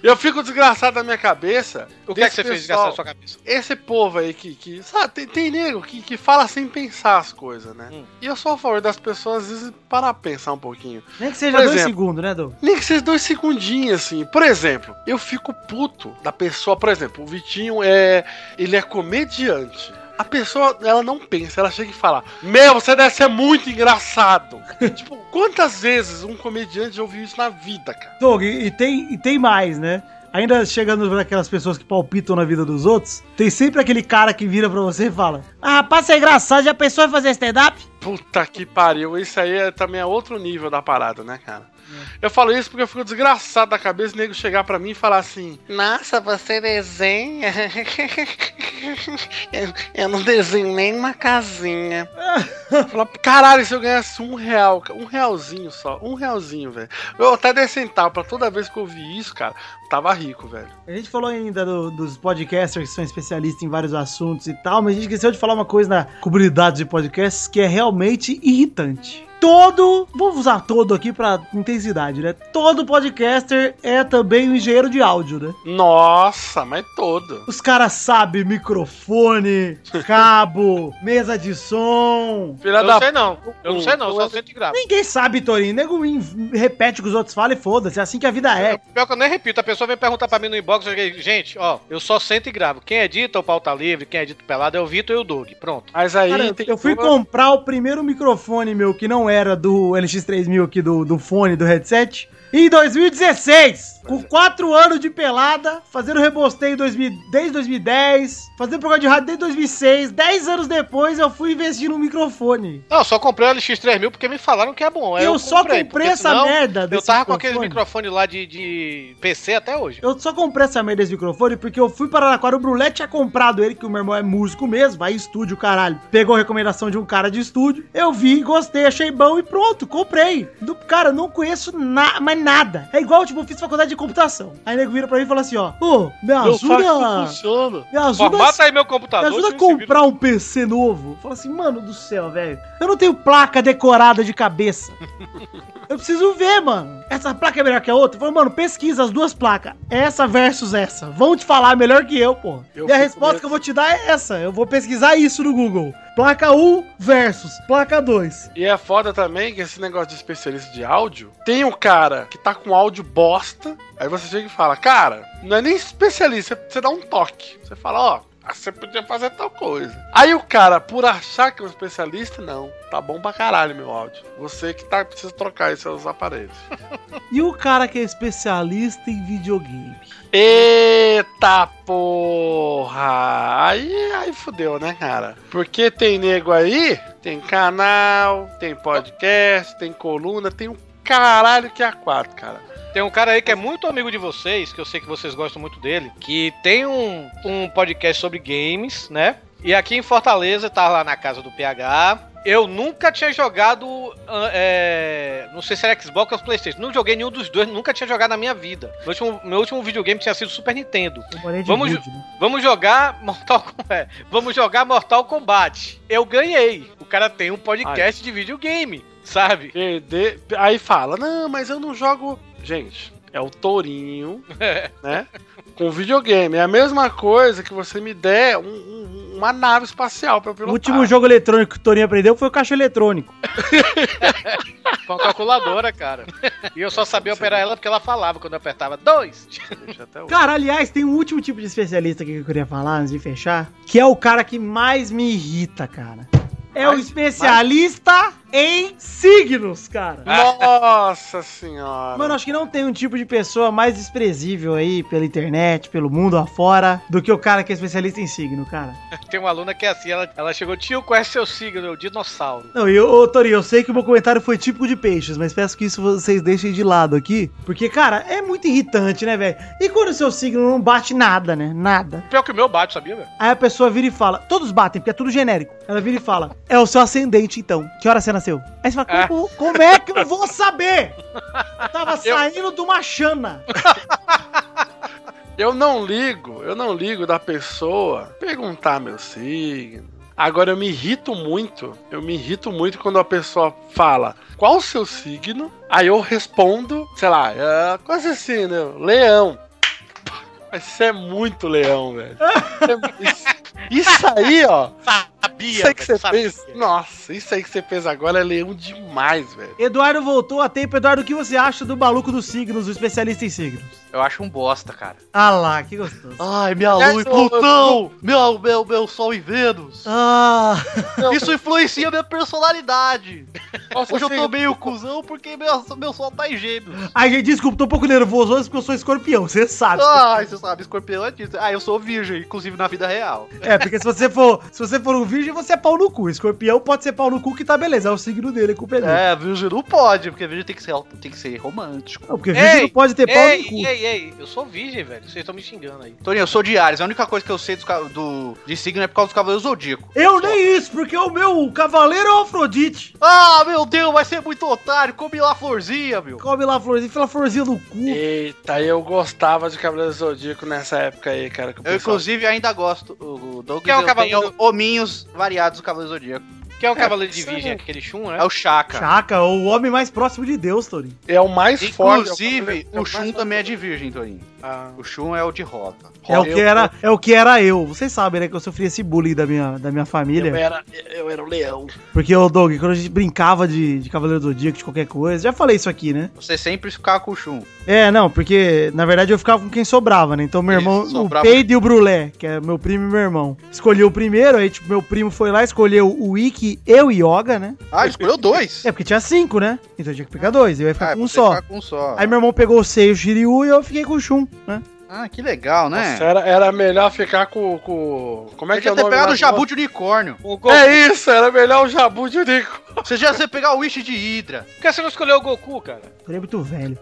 [SPEAKER 5] Eu fico desgraçado da minha cabeça.
[SPEAKER 3] O que é que
[SPEAKER 5] desse
[SPEAKER 3] você fez de
[SPEAKER 5] pessoal.
[SPEAKER 3] gastar na sua cabeça?
[SPEAKER 5] Esse povo aí que. que sabe, tem, tem nego que, que fala sem pensar as coisas, né?
[SPEAKER 3] Hum.
[SPEAKER 5] E eu sou a favor das pessoas, às vezes, parar pra pensar um pouquinho.
[SPEAKER 4] Nem que seja
[SPEAKER 5] Por
[SPEAKER 4] dois
[SPEAKER 5] exemplo.
[SPEAKER 4] segundos, né, Doug?
[SPEAKER 5] Nem que seja dois segundinhos, assim. Por exemplo, eu fico puto da pessoa. Por exemplo, o Vitinho é. Ele é comediante. A pessoa, ela não pensa, ela chega e fala: Meu, você deve ser muito engraçado. tipo, quantas vezes um comediante ouviu isso na vida, cara?
[SPEAKER 4] Doug, e tem, e tem mais, né? Ainda chegando para aquelas pessoas que palpitam na vida dos outros, tem sempre aquele cara que vira pra você e fala: Ah, rapaz, você é engraçado, já pensou em fazer stand-up?
[SPEAKER 5] Puta que pariu, isso aí é- também é outro nível da parada, né, cara? Eu falo isso porque eu fico desgraçado da cabeça o nego chegar pra mim e falar assim:
[SPEAKER 7] Nossa, você desenha? eu, eu não desenho nem uma casinha.
[SPEAKER 5] falar, caralho, se eu ganhasse um real, cara, um realzinho só, um realzinho, velho. Eu até dei centavo pra toda vez que eu ouvi isso, cara, eu tava rico, velho.
[SPEAKER 4] A gente falou ainda do- dos podcasters que são especialistas em vários assuntos e tal, mas a gente esqueceu de falar uma coisa na comunidade de podcasts que é realmente irritante. Todo, vamos usar todo aqui pra intensidade, né? Todo podcaster é também um engenheiro de áudio, né?
[SPEAKER 5] Nossa, mas todo.
[SPEAKER 4] Os caras sabem microfone, cabo, mesa de som.
[SPEAKER 5] Filha
[SPEAKER 3] Eu
[SPEAKER 5] da
[SPEAKER 3] não sei não. Eu não sei não, eu só
[SPEAKER 5] Todo-
[SPEAKER 3] sei de graça.
[SPEAKER 4] Ninguém sabe, Torinho. Nego in- repete o que os outros falam e foda-se. É assim que a vida é.
[SPEAKER 3] Pior que eu nem repito, a pessoa vem perguntar pra mim no inbox, eu digo, gente, ó, eu só sento e gravo. Quem edita o pauta livre, quem edita o pelado é o Vitor e o Doug. Pronto.
[SPEAKER 5] Mas aí
[SPEAKER 4] Cara,
[SPEAKER 5] tem
[SPEAKER 4] eu fui
[SPEAKER 5] toda-
[SPEAKER 4] comprar o primeiro microfone meu, que não era do LX3000 aqui, do, do fone, do headset, em 2016. Com
[SPEAKER 3] é-
[SPEAKER 4] quatro anos de pelada, fazendo rebosteio em 2000 desde 2010, fazendo programa de rádio desde 2006. Dez anos depois, eu fui investir no microfone.
[SPEAKER 3] Não, eu só comprei o LX3000 porque me falaram que é bom. aí
[SPEAKER 4] eu, só comprei,
[SPEAKER 3] porque
[SPEAKER 4] essa
[SPEAKER 3] senão
[SPEAKER 4] merda
[SPEAKER 3] Eu tava com aquele
[SPEAKER 4] microfone.
[SPEAKER 3] microfone lá de, de PC até hoje.
[SPEAKER 4] Eu só comprei essa merda desse microfone porque eu fui para Araraquara, o Brulé tinha comprado ele, que o meu irmão é músico mesmo, vai em estúdio, caralho. Pegou a recomendação de um cara de estúdio, eu vi, gostei, achei bom e pronto, comprei. Do, cara, eu não conheço na, mais nada. É igual, tipo, eu fiz faculdade de computação. Aí o nego vira pra mim e fala assim, ó, ô, me
[SPEAKER 5] Eu faço que
[SPEAKER 4] ajuda...
[SPEAKER 5] funciona.
[SPEAKER 4] Me ajuda
[SPEAKER 3] Formata aí meu
[SPEAKER 4] me
[SPEAKER 3] computador.
[SPEAKER 4] ajuda a
[SPEAKER 3] deixa eu ver se vira.
[SPEAKER 4] comprar um PC novo. Fala assim, mano do céu, velho. Eu não tenho placa decorada de cabeça. Eu preciso ver, mano. Essa placa é melhor que a outra? Fala, mano, pesquisa as duas placas. Essa versus essa. Vão te falar melhor que eu, pô.
[SPEAKER 5] Eu
[SPEAKER 4] e a
[SPEAKER 5] fico
[SPEAKER 4] resposta
[SPEAKER 5] meio-
[SPEAKER 4] que eu vou te dar é essa. Eu vou pesquisar isso no Google. Placa 1 versus placa 2.
[SPEAKER 5] E é foda também que esse negócio de especialista de áudio, tem um cara que tá com áudio bosta, aí você chega e fala, cara, não é nem especialista, você dá um toque. Você fala, ó, ah, você podia fazer tal coisa. Aí o cara, por achar que é um especialista, não, tá bom pra caralho meu áudio. Você que tá, precisa trocar esses seus aparelhos.
[SPEAKER 4] E o cara que é especialista em videogame?
[SPEAKER 5] Eita porra! Aí, aí fudeu, né, cara? Porque tem nego aí, tem canal, tem podcast, tem coluna, tem um caralho que é a quatro, cara.
[SPEAKER 3] Tem um cara aí que é muito amigo de vocês, que eu sei que vocês gostam muito dele, que tem um, um podcast sobre games, né? E aqui em Fortaleza, tá lá na casa do PH. Eu nunca tinha jogado. ah, é, não sei se era Xbox ou PlayStation. Não joguei nenhum dos dois, nunca tinha jogado na minha vida. Meu último, meu último videogame tinha sido Super Nintendo. Vamos
[SPEAKER 4] Good, né?
[SPEAKER 3] Vamos jogar Mortal Kombat. Vamos jogar Mortal Kombat. Eu ganhei. O cara tem um podcast de videogame, sabe?
[SPEAKER 5] Perder. Aí fala, não, mas eu não jogo. Gente, é o tourinho, né? Com videogame. É a mesma coisa que você me der um- um- uma nave espacial pra eu
[SPEAKER 4] O
[SPEAKER 5] pilotar.
[SPEAKER 4] último jogo eletrônico que o Torinho aprendeu foi o caixa eletrônico.
[SPEAKER 3] Com a calculadora, cara. E eu só sabia operar ela porque ela falava quando eu apertava dois.
[SPEAKER 5] Gente, até hoje.
[SPEAKER 4] Cara, aliás, tem um último tipo de especialista aqui que eu queria falar antes de fechar, que é o cara que mais me irrita, cara. É o
[SPEAKER 5] Mais-
[SPEAKER 4] especialista em signos, cara.
[SPEAKER 5] Nossa senhora.
[SPEAKER 4] Mano, acho que não tem um tipo de pessoa mais desprezível aí pela internet, pelo mundo afora, do que o cara que é especialista em signo, cara.
[SPEAKER 3] Tem uma aluna que é assim, ela, ela chegou, tio, qual é seu signo? Eu, dinossauro.
[SPEAKER 4] Não, e eu, ô, Tori, eu sei que o meu comentário foi típico de peixes, mas peço que isso vocês deixem de lado aqui, porque, cara, é muito irritante, né, velho? E quando o seu signo não bate nada, né? Nada.
[SPEAKER 3] Pior que o meu bate, sabia, velho?
[SPEAKER 4] Aí a pessoa vira e fala, todos batem, porque é tudo genérico. Ela vira e fala, é o seu ascendente então. Que hora você nasceu? Aí você fala, como, como é que eu vou saber? Eu tava saindo de uma chana.
[SPEAKER 5] Eu não ligo, eu não ligo da pessoa perguntar meu signo. Agora eu me irrito muito, eu me irrito muito quando a pessoa fala qual o seu signo, aí eu respondo, sei lá, "Ah, qual é o seu signo? Leão. Mas você é muito leão, velho. Isso, isso aí, ó. Isso aí que você fez. Nossa, isso aí que você fez agora é leão demais, velho.
[SPEAKER 4] Eduardo voltou a tempo. Eduardo, o que você acha do maluco dos signos, o especialista em signos?
[SPEAKER 6] Eu acho um bosta, cara.
[SPEAKER 4] Ah lá, que gostoso.
[SPEAKER 2] Ai, minha
[SPEAKER 5] Aliás,
[SPEAKER 2] lua e
[SPEAKER 5] eu-
[SPEAKER 2] Plutão! Meu, meu, meu Sol e Vênus!
[SPEAKER 4] Ah,
[SPEAKER 2] Isso influencia minha personalidade!
[SPEAKER 5] Nossa,
[SPEAKER 2] Hoje eu
[SPEAKER 5] sei-
[SPEAKER 2] tô meio cuzão porque meu, meu Sol tá em gêmeos.
[SPEAKER 4] ai, desculpa, tô um pouco nervoso hoje porque eu sou escorpião, você
[SPEAKER 6] Ah,
[SPEAKER 4] sabe.
[SPEAKER 2] Ai, você sabe, escorpião é disso. Ah, eu sou virgem, inclusive na vida real.
[SPEAKER 4] É, porque se você for, se você for um virgem, você é pau no cu. Escorpião pode ser pau no cu que tá beleza, é o signo dele, é culpa dele.
[SPEAKER 2] É, virgem não pode, porque virgem tem que ser, tem que ser romântico.
[SPEAKER 4] Não, porque virgem
[SPEAKER 3] Ei,
[SPEAKER 4] não pode ter pau
[SPEAKER 3] Ei,
[SPEAKER 4] no cu.
[SPEAKER 3] ei, ei, eu sou virgem, velho. Vocês estão me xingando aí.
[SPEAKER 6] Toninho, eu sou de Ares. A única coisa que eu sei dos ca- do, de signo é por causa dos Cavaleiros Zodíaco.
[SPEAKER 4] Eu nem isso, porque o meu cavaleiro é o Afrodite.
[SPEAKER 2] Ah, meu Deus, vai ser muito otário, come lá a florzinha, meu.
[SPEAKER 4] Come lá a florzinha, fala a florzinha no cu.
[SPEAKER 5] Eita, eu gostava de Cavaleiro Zodíaco nessa época aí, cara. que o
[SPEAKER 6] Eu,
[SPEAKER 5] pessoal-
[SPEAKER 6] inclusive, ainda gosto. O o Douglas
[SPEAKER 3] Quem é o
[SPEAKER 6] eu
[SPEAKER 3] Cavaleiro?
[SPEAKER 6] tenho hominhos variados do Cavaleiro Zodíaco.
[SPEAKER 3] Que é o cavaleiro de
[SPEAKER 5] isso
[SPEAKER 3] virgem,
[SPEAKER 5] é-
[SPEAKER 3] aquele chum, né?
[SPEAKER 6] É o Chaka.
[SPEAKER 4] Chaca, o homem mais próximo de Deus, Torinho.
[SPEAKER 5] É o mais forte.
[SPEAKER 6] Inclusive, o Shun também é de virgem, Toninho.
[SPEAKER 5] Ah.
[SPEAKER 6] O Shun é o de rosa.
[SPEAKER 4] É o, que era, é o que era eu. Vocês sabem, né? Que eu sofri esse bullying da minha, da minha família.
[SPEAKER 5] Eu
[SPEAKER 6] é.
[SPEAKER 5] era, eu era o leão.
[SPEAKER 4] Porque, ô Doug, quando a gente brincava de, de Cavaleiro do Zodíaco, de qualquer coisa, já falei isso aqui, né?
[SPEAKER 6] Você sempre ficava com o Shun.
[SPEAKER 4] É, não, porque na verdade eu ficava com quem sobrava, né? Então meu
[SPEAKER 6] Isso,
[SPEAKER 4] irmão,
[SPEAKER 6] sobrava.
[SPEAKER 4] o Peide e o Brulé, que é meu primo e meu irmão, escolheu o primeiro, aí tipo, meu primo foi lá, escolheu o Ikki, eu e Yoga, né?
[SPEAKER 6] Ah, ele escolheu dois.
[SPEAKER 4] É porque tinha cinco, né? Então eu tinha que pegar dois, eu ia ficar
[SPEAKER 6] Ah,
[SPEAKER 4] com um
[SPEAKER 6] você
[SPEAKER 4] só.
[SPEAKER 6] ficar com um só.
[SPEAKER 4] Aí meu irmão pegou o Sei e o Shiryu e eu fiquei com o Shun, né?
[SPEAKER 6] Ah, que legal, né?
[SPEAKER 5] Nossa, era, era melhor ficar com. com... Como é
[SPEAKER 6] Você
[SPEAKER 5] que é
[SPEAKER 6] devia
[SPEAKER 5] o
[SPEAKER 6] ter
[SPEAKER 5] nome?
[SPEAKER 6] pegado
[SPEAKER 5] lá
[SPEAKER 6] o
[SPEAKER 5] do
[SPEAKER 6] jabu de unicórnio.
[SPEAKER 3] O Goku.
[SPEAKER 5] outro? É isso, era melhor o Jabu de Nico.
[SPEAKER 6] Você já ia pegar o Wish de Hydra.
[SPEAKER 3] Por que você não escolheu o Goku, cara?
[SPEAKER 4] Eu era muito velho.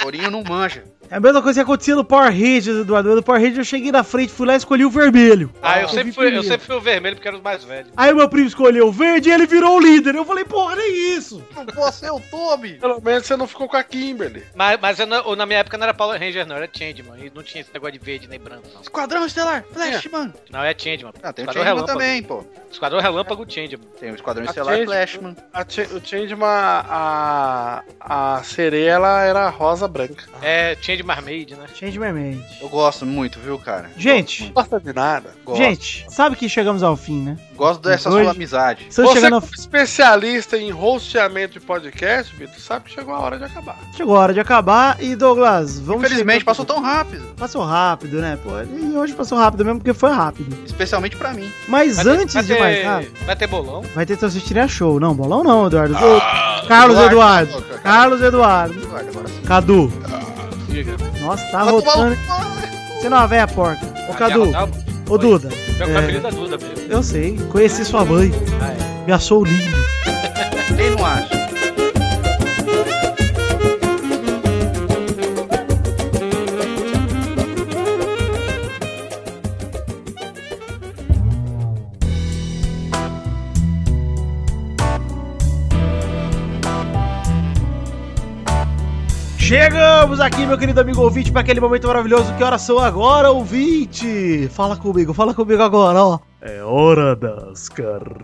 [SPEAKER 6] Torinho não manja.
[SPEAKER 4] É a mesma coisa que acontecia no Power Rangers, Eduardo. No Power Rangers eu cheguei na frente, fui lá e escolhi o vermelho.
[SPEAKER 3] Ah, eu
[SPEAKER 4] Eu
[SPEAKER 3] sempre
[SPEAKER 4] vi
[SPEAKER 3] fui, eu
[SPEAKER 4] primeiro.
[SPEAKER 3] sempre fui o vermelho porque era o mais velho.
[SPEAKER 4] Aí meu primo escolheu o verde e ele virou o líder. Eu falei, porra, nem isso.
[SPEAKER 2] Você é o Tommy!
[SPEAKER 5] Pelo menos você não ficou com a Kimberly.
[SPEAKER 3] Mas, mas eu não- eu, na minha época não era Power Ranger, não, era Changeman. E não tinha esse negócio de verde nem branco, não.
[SPEAKER 6] Esquadrão Estelar, Flash, mano.
[SPEAKER 3] Não, era Changeman.
[SPEAKER 6] É. Ah, tem o
[SPEAKER 3] Esquadrão
[SPEAKER 6] Changeman
[SPEAKER 3] Relâmpago. é
[SPEAKER 6] também, pô.
[SPEAKER 3] Esquadrão Relâmpago Changeman.
[SPEAKER 6] Tem o Esquadrão
[SPEAKER 5] A
[SPEAKER 6] Estelar,
[SPEAKER 5] Change-
[SPEAKER 6] Flash, mano.
[SPEAKER 5] A Ch- o Changeman, a, a sereia, ela era rosa branca.
[SPEAKER 3] É Changeman Marmaid, né?
[SPEAKER 4] Change my mind.
[SPEAKER 6] Eu gosto muito, viu, cara?
[SPEAKER 4] Gente,
[SPEAKER 5] Não gosta de nada.
[SPEAKER 6] Gosto.
[SPEAKER 4] gente, sabe que chegamos ao fim, né?
[SPEAKER 6] Gosto dessa
[SPEAKER 4] Dois.
[SPEAKER 6] sua amizade.
[SPEAKER 4] Estamos
[SPEAKER 5] Você
[SPEAKER 4] chegando ao
[SPEAKER 5] como especialista em hosteamento de podcast, Bito, sabe que chegou a hora de acabar.
[SPEAKER 4] Chegou a hora de acabar e Douglas, vamos
[SPEAKER 6] Infelizmente,
[SPEAKER 4] chegando-
[SPEAKER 6] passou tão rápido.
[SPEAKER 4] Passou rápido, né? Pô, e hoje passou rápido mesmo porque foi rápido.
[SPEAKER 6] Especialmente pra mim.
[SPEAKER 4] Mas
[SPEAKER 3] Vai ter-
[SPEAKER 4] antes
[SPEAKER 3] vai
[SPEAKER 4] de
[SPEAKER 3] ter-
[SPEAKER 4] mais nada,
[SPEAKER 3] Vai ter bolão.
[SPEAKER 4] vai ter que assistir a show. Não, bolão não, Eduardo. Ô,
[SPEAKER 3] Ah,
[SPEAKER 4] Carlos
[SPEAKER 6] Eduardo.
[SPEAKER 4] Eduardo. Carlos Eduardo.
[SPEAKER 6] Eduardo, agora sim.
[SPEAKER 4] Cadu.
[SPEAKER 3] Diga.
[SPEAKER 4] Nossa, tá voltando.
[SPEAKER 6] um-
[SPEAKER 4] Você não é uma véia porca. Ô, Cadu.
[SPEAKER 3] Minha-
[SPEAKER 4] Ô,
[SPEAKER 3] Oi.
[SPEAKER 4] Duda.
[SPEAKER 3] Meu
[SPEAKER 4] É.
[SPEAKER 3] apelido é Duda mesmo.
[SPEAKER 4] Eu sei. Conheci sua mãe. Me achou lindo.
[SPEAKER 6] Quem não acha?
[SPEAKER 4] Chegamos aqui, meu querido amigo ouvinte, para aquele momento maravilhoso. Que horas são agora, ouvinte? Fala comigo, fala comigo agora, ó. É hora das cartinhas.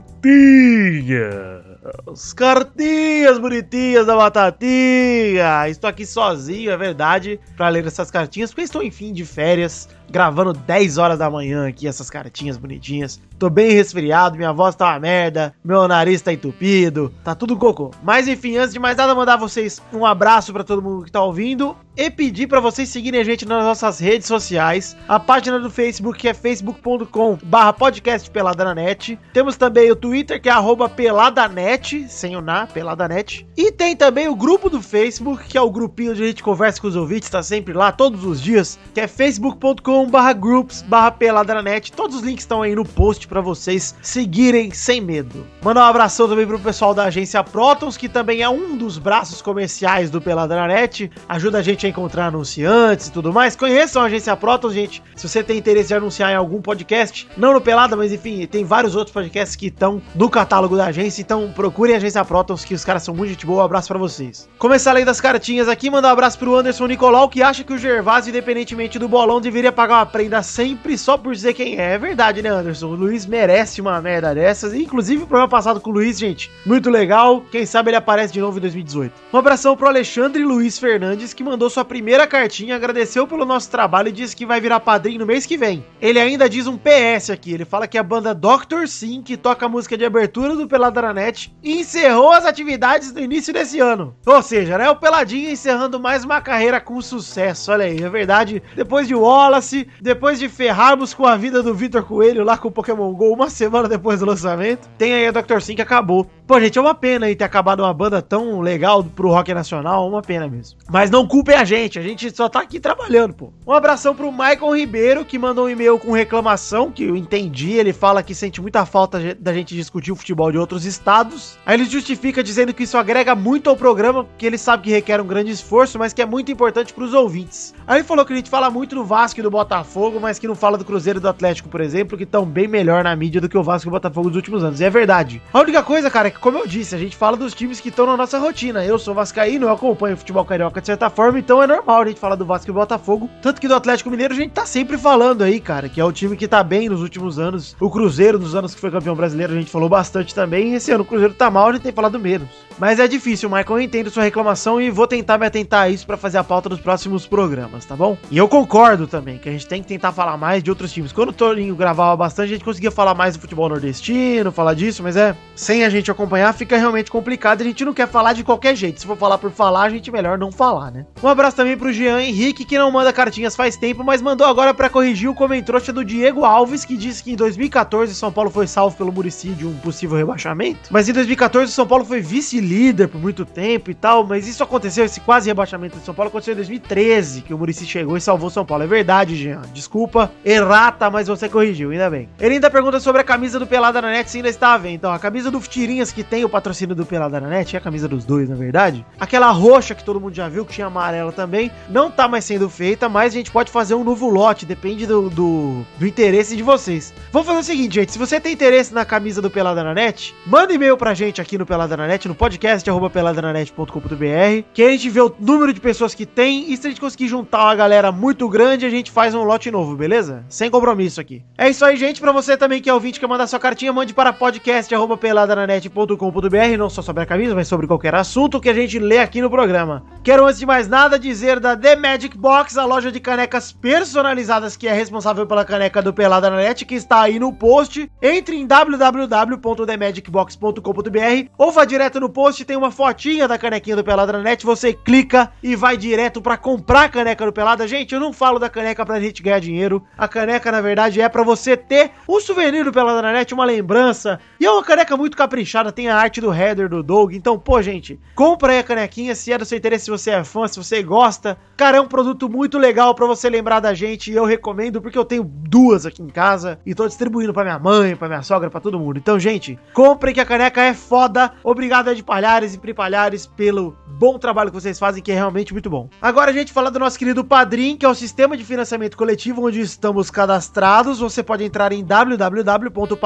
[SPEAKER 4] Cartinhas bonitinhas da batatinha. Estou aqui sozinho, é verdade, para ler essas cartinhas, porque estou, enfim, de férias, gravando 10 horas da manhã aqui essas cartinhas bonitinhas. Tô bem resfriado, minha voz tá uma merda, meu nariz tá entupido, tá tudo cocô. Mas enfim, antes de mais nada, mandar vocês um abraço pra todo mundo que tá ouvindo e pedir pra vocês seguirem a gente nas nossas redes sociais. A página do Facebook que é facebook.com barra podcast Peladanet. Temos também o Twitter que é arroba Peladanet, sem o na, Peladanet. E tem também o grupo do Facebook, que é o grupinho onde a gente conversa com os ouvintes, tá sempre lá, todos os dias, que é facebook.com barra groups barra Peladanet. Todos os links estão aí no post pra vocês seguirem sem medo. Mandar um abração também pro pessoal da agência Protons, que também é um dos braços comerciais do Peladranet. Ajuda a gente a encontrar anunciantes e tudo mais. Conheçam a agência Protons, gente. Se você tem interesse em anunciar em algum podcast, não no Pelada, mas enfim, tem vários outros podcasts que estão no catálogo da agência. Então Procurem a agência Protons, que os caras são muito gente boa. Um abraço pra vocês. Começar além das cartinhas aqui, mandar um abraço pro Anderson Nicolau, que acha que o Gervásio, independentemente do bolão, deveria pagar uma prenda sempre só por dizer quem é. É verdade, né, Anderson? O Luiz merece uma merda dessas. Inclusive, o programa passado com o Luiz, gente, muito legal. Quem sabe ele aparece de novo em 2018. Um abração pro Alexandre Luiz Fernandes, que mandou sua primeira cartinha, agradeceu pelo nosso trabalho e disse que vai virar padrinho no mês que vem. Ele ainda diz um PS aqui. Ele fala que a banda Doctor Sim, que toca a música de abertura do Peladranet, encerrou as atividades no início desse ano. Ou seja, né? O Peladinho encerrando mais uma carreira com sucesso. Olha aí, é verdade. Depois de Wallace, depois de ferrarmos com a vida do Vitor Coelho lá com o Pokémon GO uma semana depois do lançamento, tem aí a Doctor Sim que acabou. Pô, gente, é uma pena aí ter acabado uma banda tão legal pro rock nacional, é uma pena mesmo. Mas não culpem a gente, a gente só tá aqui trabalhando, pô. Um abração pro Maicon Ribeiro, que mandou um e-mail com reclamação, que eu entendi, ele fala que sente muita falta ge- da gente discutir o futebol de outros estados. Aí ele justifica dizendo que isso agrega muito ao programa, que ele sabe que requer um grande esforço, mas que é muito importante pros ouvintes. Aí ele falou que a gente fala muito do Vasco e do Botafogo, mas que não fala do Cruzeiro e do Atlético, por exemplo, que estão bem melhor na mídia do que o Vasco e o Botafogo dos últimos anos. E é verdade. A única coisa, cara, é que, como eu disse, a gente fala dos times que estão na nossa rotina. Eu sou vascaíno, eu acompanho o futebol carioca de certa forma, então é normal a gente falar do Vasco e do Botafogo. Tanto que do Atlético Mineiro a gente tá sempre falando aí, cara, que é o time que tá bem nos últimos anos. O Cruzeiro, nos anos que foi campeão brasileiro, a gente falou bastante também. E esse ano o Cruzeiro tá mal, a gente tem falado menos. Mas é difícil, Michael, eu entendo sua reclamação e vou tentar me atentar a isso pra fazer a pauta dos próximos programas, tá bom? E eu concordo também que a gente tem que tentar falar mais de outros times. Quando o Torinho gravava bastante, a gente conseguia falar mais do futebol nordestino, falar disso, mas é, sem a gente acompanhar fica realmente complicado e a gente não quer falar de qualquer jeito. Se for falar por falar, a gente melhor não falar, né? Um abraço também pro Jean Henrique, que não manda cartinhas faz tempo, mas mandou agora pra corrigir o comentrouxa do Diego Alves, que disse que em 2014 São Paulo foi salvo pelo Murici de um possível rebaixamento. Mas em 2014 São Paulo foi vice-líder por muito tempo e tal, mas isso aconteceu, esse quase rebaixamento de São Paulo aconteceu em 2013, que o Murici chegou e salvou São Paulo. É verdade, Jean. Desculpa, errata, mas você corrigiu, ainda bem. Ele ainda pergunta sobre a camisa do Pelada na Net se ainda está à venda. Então, a camisa do Tirinhas que tem o patrocínio do Pelada na Net, é a camisa dos dois, na verdade. Aquela roxa que todo mundo já viu, que tinha amarela também, não tá mais sendo feita, mas a gente pode fazer um novo lote, depende do, do, do interesse de vocês. Vamos fazer o seguinte, gente. Se você tem interesse na camisa do Pelada na Net, manda e-mail pra gente aqui no Pelada na Net, no podcast arroba peladananet.com.br, que a gente vê o número de pessoas que tem e se a gente conseguir juntar uma galera muito grande, a gente faz um lote novo, beleza? Sem compromisso aqui. É isso aí, gente. Pra você também que é ouvinte, quer mandar sua cartinha, mande para podcast arroba peladananet.com.br, não só sobre a camisa, mas sobre qualquer assunto que a gente lê aqui no programa. Quero, antes de mais nada, dizer da The Magic Box, a loja de canecas personalizadas que é responsável pela caneca do Pelada na Net, que está aí no post. Entre em www.themagicbox.com.br ou vá direto no post, tem uma fotinha da canequinha do Pelada na Net, você clica e vai direto pra comprar a caneca do Pelada. Gente, eu não falo da caneca pra gente ganhar dinheiro. A caneca, na verdade, é pra você ter um souvenir do Pelada na Net, uma lembrança. E é uma caneca muito caprichada, tem a arte do header do Doug. Então, pô, gente, compra aí a canequinha se é do seu interesse, se você é fã, se você gosta. Cara, é um produto muito legal pra você lembrar da gente e eu recomendo porque eu tenho duas aqui em casa e tô distribuindo pra minha mãe, pra minha sogra, pra todo mundo. Então, gente, comprem que a caneca é foda. Obrigado, Ed Palhares e Pri Palhares, pelo bom trabalho que vocês fazem, que é realmente muito bom. Agora, gente, falar do nosso querido Padrim, que é o sistema de financiamento coletivo onde estamos cadastrados. Você pode entrar em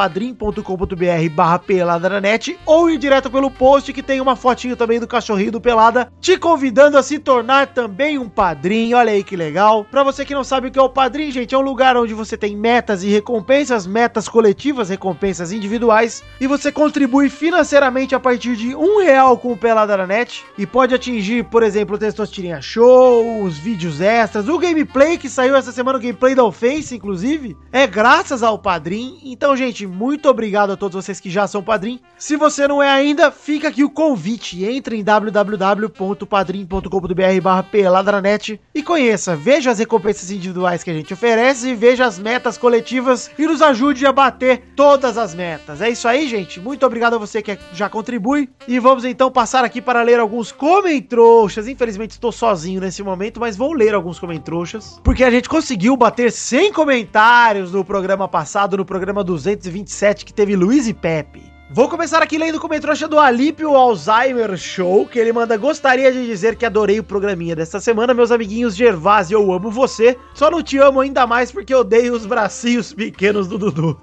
[SPEAKER 4] www.padrim.com.br barra pelada na net ou ir direto pelo post que tem uma fotinho também do cachorrinho do Pelada, te convidando a se tornar também um padrinho. Olha aí que legal. Pra você que não sabe o que é o padrinho, gente, é um lugar onde você tem metas e recompensas, metas coletivas, recompensas individuais, e você contribui financeiramente a partir de um real com o Pelada na Net e pode atingir, por exemplo, o Testosterinha Show, os vídeos extras, o gameplay que saiu essa semana, o gameplay da Face, inclusive, é graças ao Padrim. Então, gente, muito obrigado a todos vocês que já são Padrim. Se você não é ainda, fica aqui o convite. Entre em www.padrim.com.br barra peladranet e conheça. Veja as recompensas individuais que a gente oferece, veja as metas coletivas e nos ajude a bater todas as metas. É isso aí, gente. Muito obrigado a você que é- já contribui. E vamos então passar aqui para ler alguns comentrouxas. Infelizmente estou sozinho nesse momento, mas vou ler alguns comentrouxas. Porque a gente conseguiu bater 100 comentários no programa passado, no programa 227, que teve Luiz e Pepe. Vou começar aqui lendo o comentário do Alípio Alzheimer Show, que ele manda Gostaria de dizer que adorei o programinha desta semana, meus amiguinhos Gervásio, eu amo você, só não te amo ainda mais porque odeio os bracinhos pequenos do Dudu.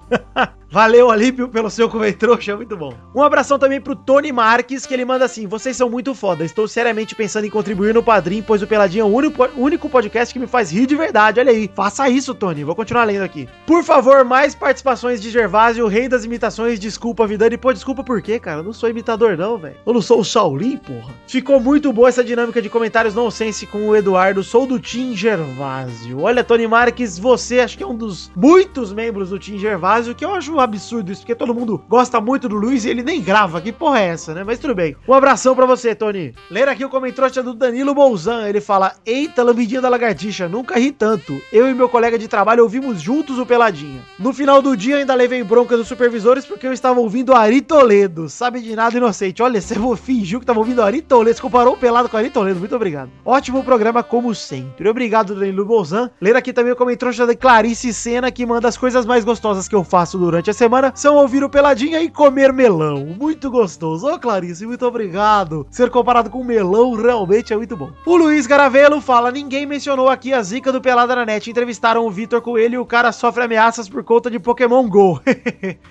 [SPEAKER 4] Valeu, Alípio, pelo seu comentrouxa, é muito bom. Um abração também pro Tony Marques, que ele manda assim: Vocês são muito foda, estou seriamente pensando em contribuir no Padrim, pois o Peladinho é o único, único podcast que me faz rir de verdade. Olha aí, faça isso, Tony, vou continuar lendo aqui. Por favor, mais participações de Gervásio, rei das imitações, desculpa, Vidani. Pô, desculpa por quê, cara? Eu não sou imitador, não, velho. Eu não sou o Shaolin, porra. Ficou muito boa essa dinâmica de comentários nonsense com o Eduardo. Sou do Tim Gervásio. Olha, Tony Marques, você acho que é um dos muitos membros do Tim Gervásio, que eu acho um absurdo isso, porque todo mundo gosta muito do Luiz e ele nem grava. Que porra é essa, né? Mas tudo bem. Um abração pra você, Tony. Ler aqui o comentário do Danilo Bolzan. Ele fala: Eita, lambidinha da lagartixa, nunca ri tanto. Eu e meu colega de trabalho ouvimos juntos o Peladinha. No final do dia, ainda levei bronca dos supervisores porque eu estava ouvindo Ari Toledo. Sabe de nada, inocente. Olha, você é um fingiu que estava ouvindo Ari Toledo. Você comparou o pelado com Ari Toledo. Muito obrigado. Ótimo programa, como sempre. Obrigado, Danilo Bolzan. Ler aqui também o comentário da Clarice Senna, que manda as coisas mais gostosas que eu faço durante a semana são ouvir o Peladinha e comer melão. Muito gostoso. Ô, Clarice, muito obrigado. Ser comparado com melão realmente é muito bom. O Luiz Garavelo fala: ninguém mencionou aqui a zica do Pelada na net. Entrevistaram o Vitor Coelho e o cara sofre ameaças por conta de Pokémon GO.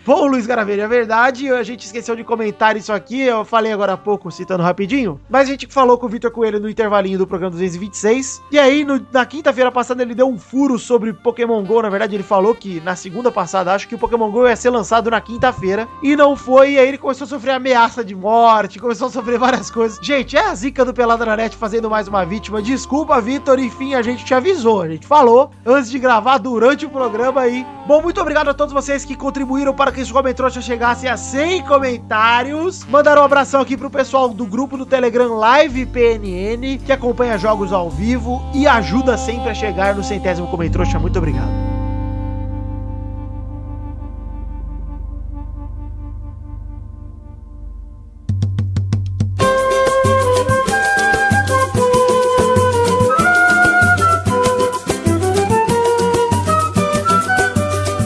[SPEAKER 4] bom, Luiz Garavelo, é verdade. A gente esqueceu de comentar isso aqui. Eu falei agora há pouco, citando rapidinho. Mas a gente falou com o Vitor Coelho no intervalinho do programa 226. E aí, no- na quinta-feira passada, ele deu um furo sobre Pokémon GO. Na verdade, ele falou que na segunda passada, acho que o Pokémon GO ia ser lançado na quinta-feira. E não foi. E aí ele começou a sofrer ameaça de morte, começou a sofrer várias coisas. Gente, é a zica do Pelada na Net fazendo mais uma vítima. Desculpa, Vitor. Enfim, a gente te avisou. A gente falou antes de gravar, durante o programa aí. Bom, muito obrigado a todos vocês que contribuíram para que esse Comentrouxa chegasse a 100 comentários. Mandaram um abração aqui pro pessoal do grupo do Telegram Live PNN, que acompanha jogos ao vivo e ajuda sempre a chegar no centésimo Comentrouxa. Muito obrigado.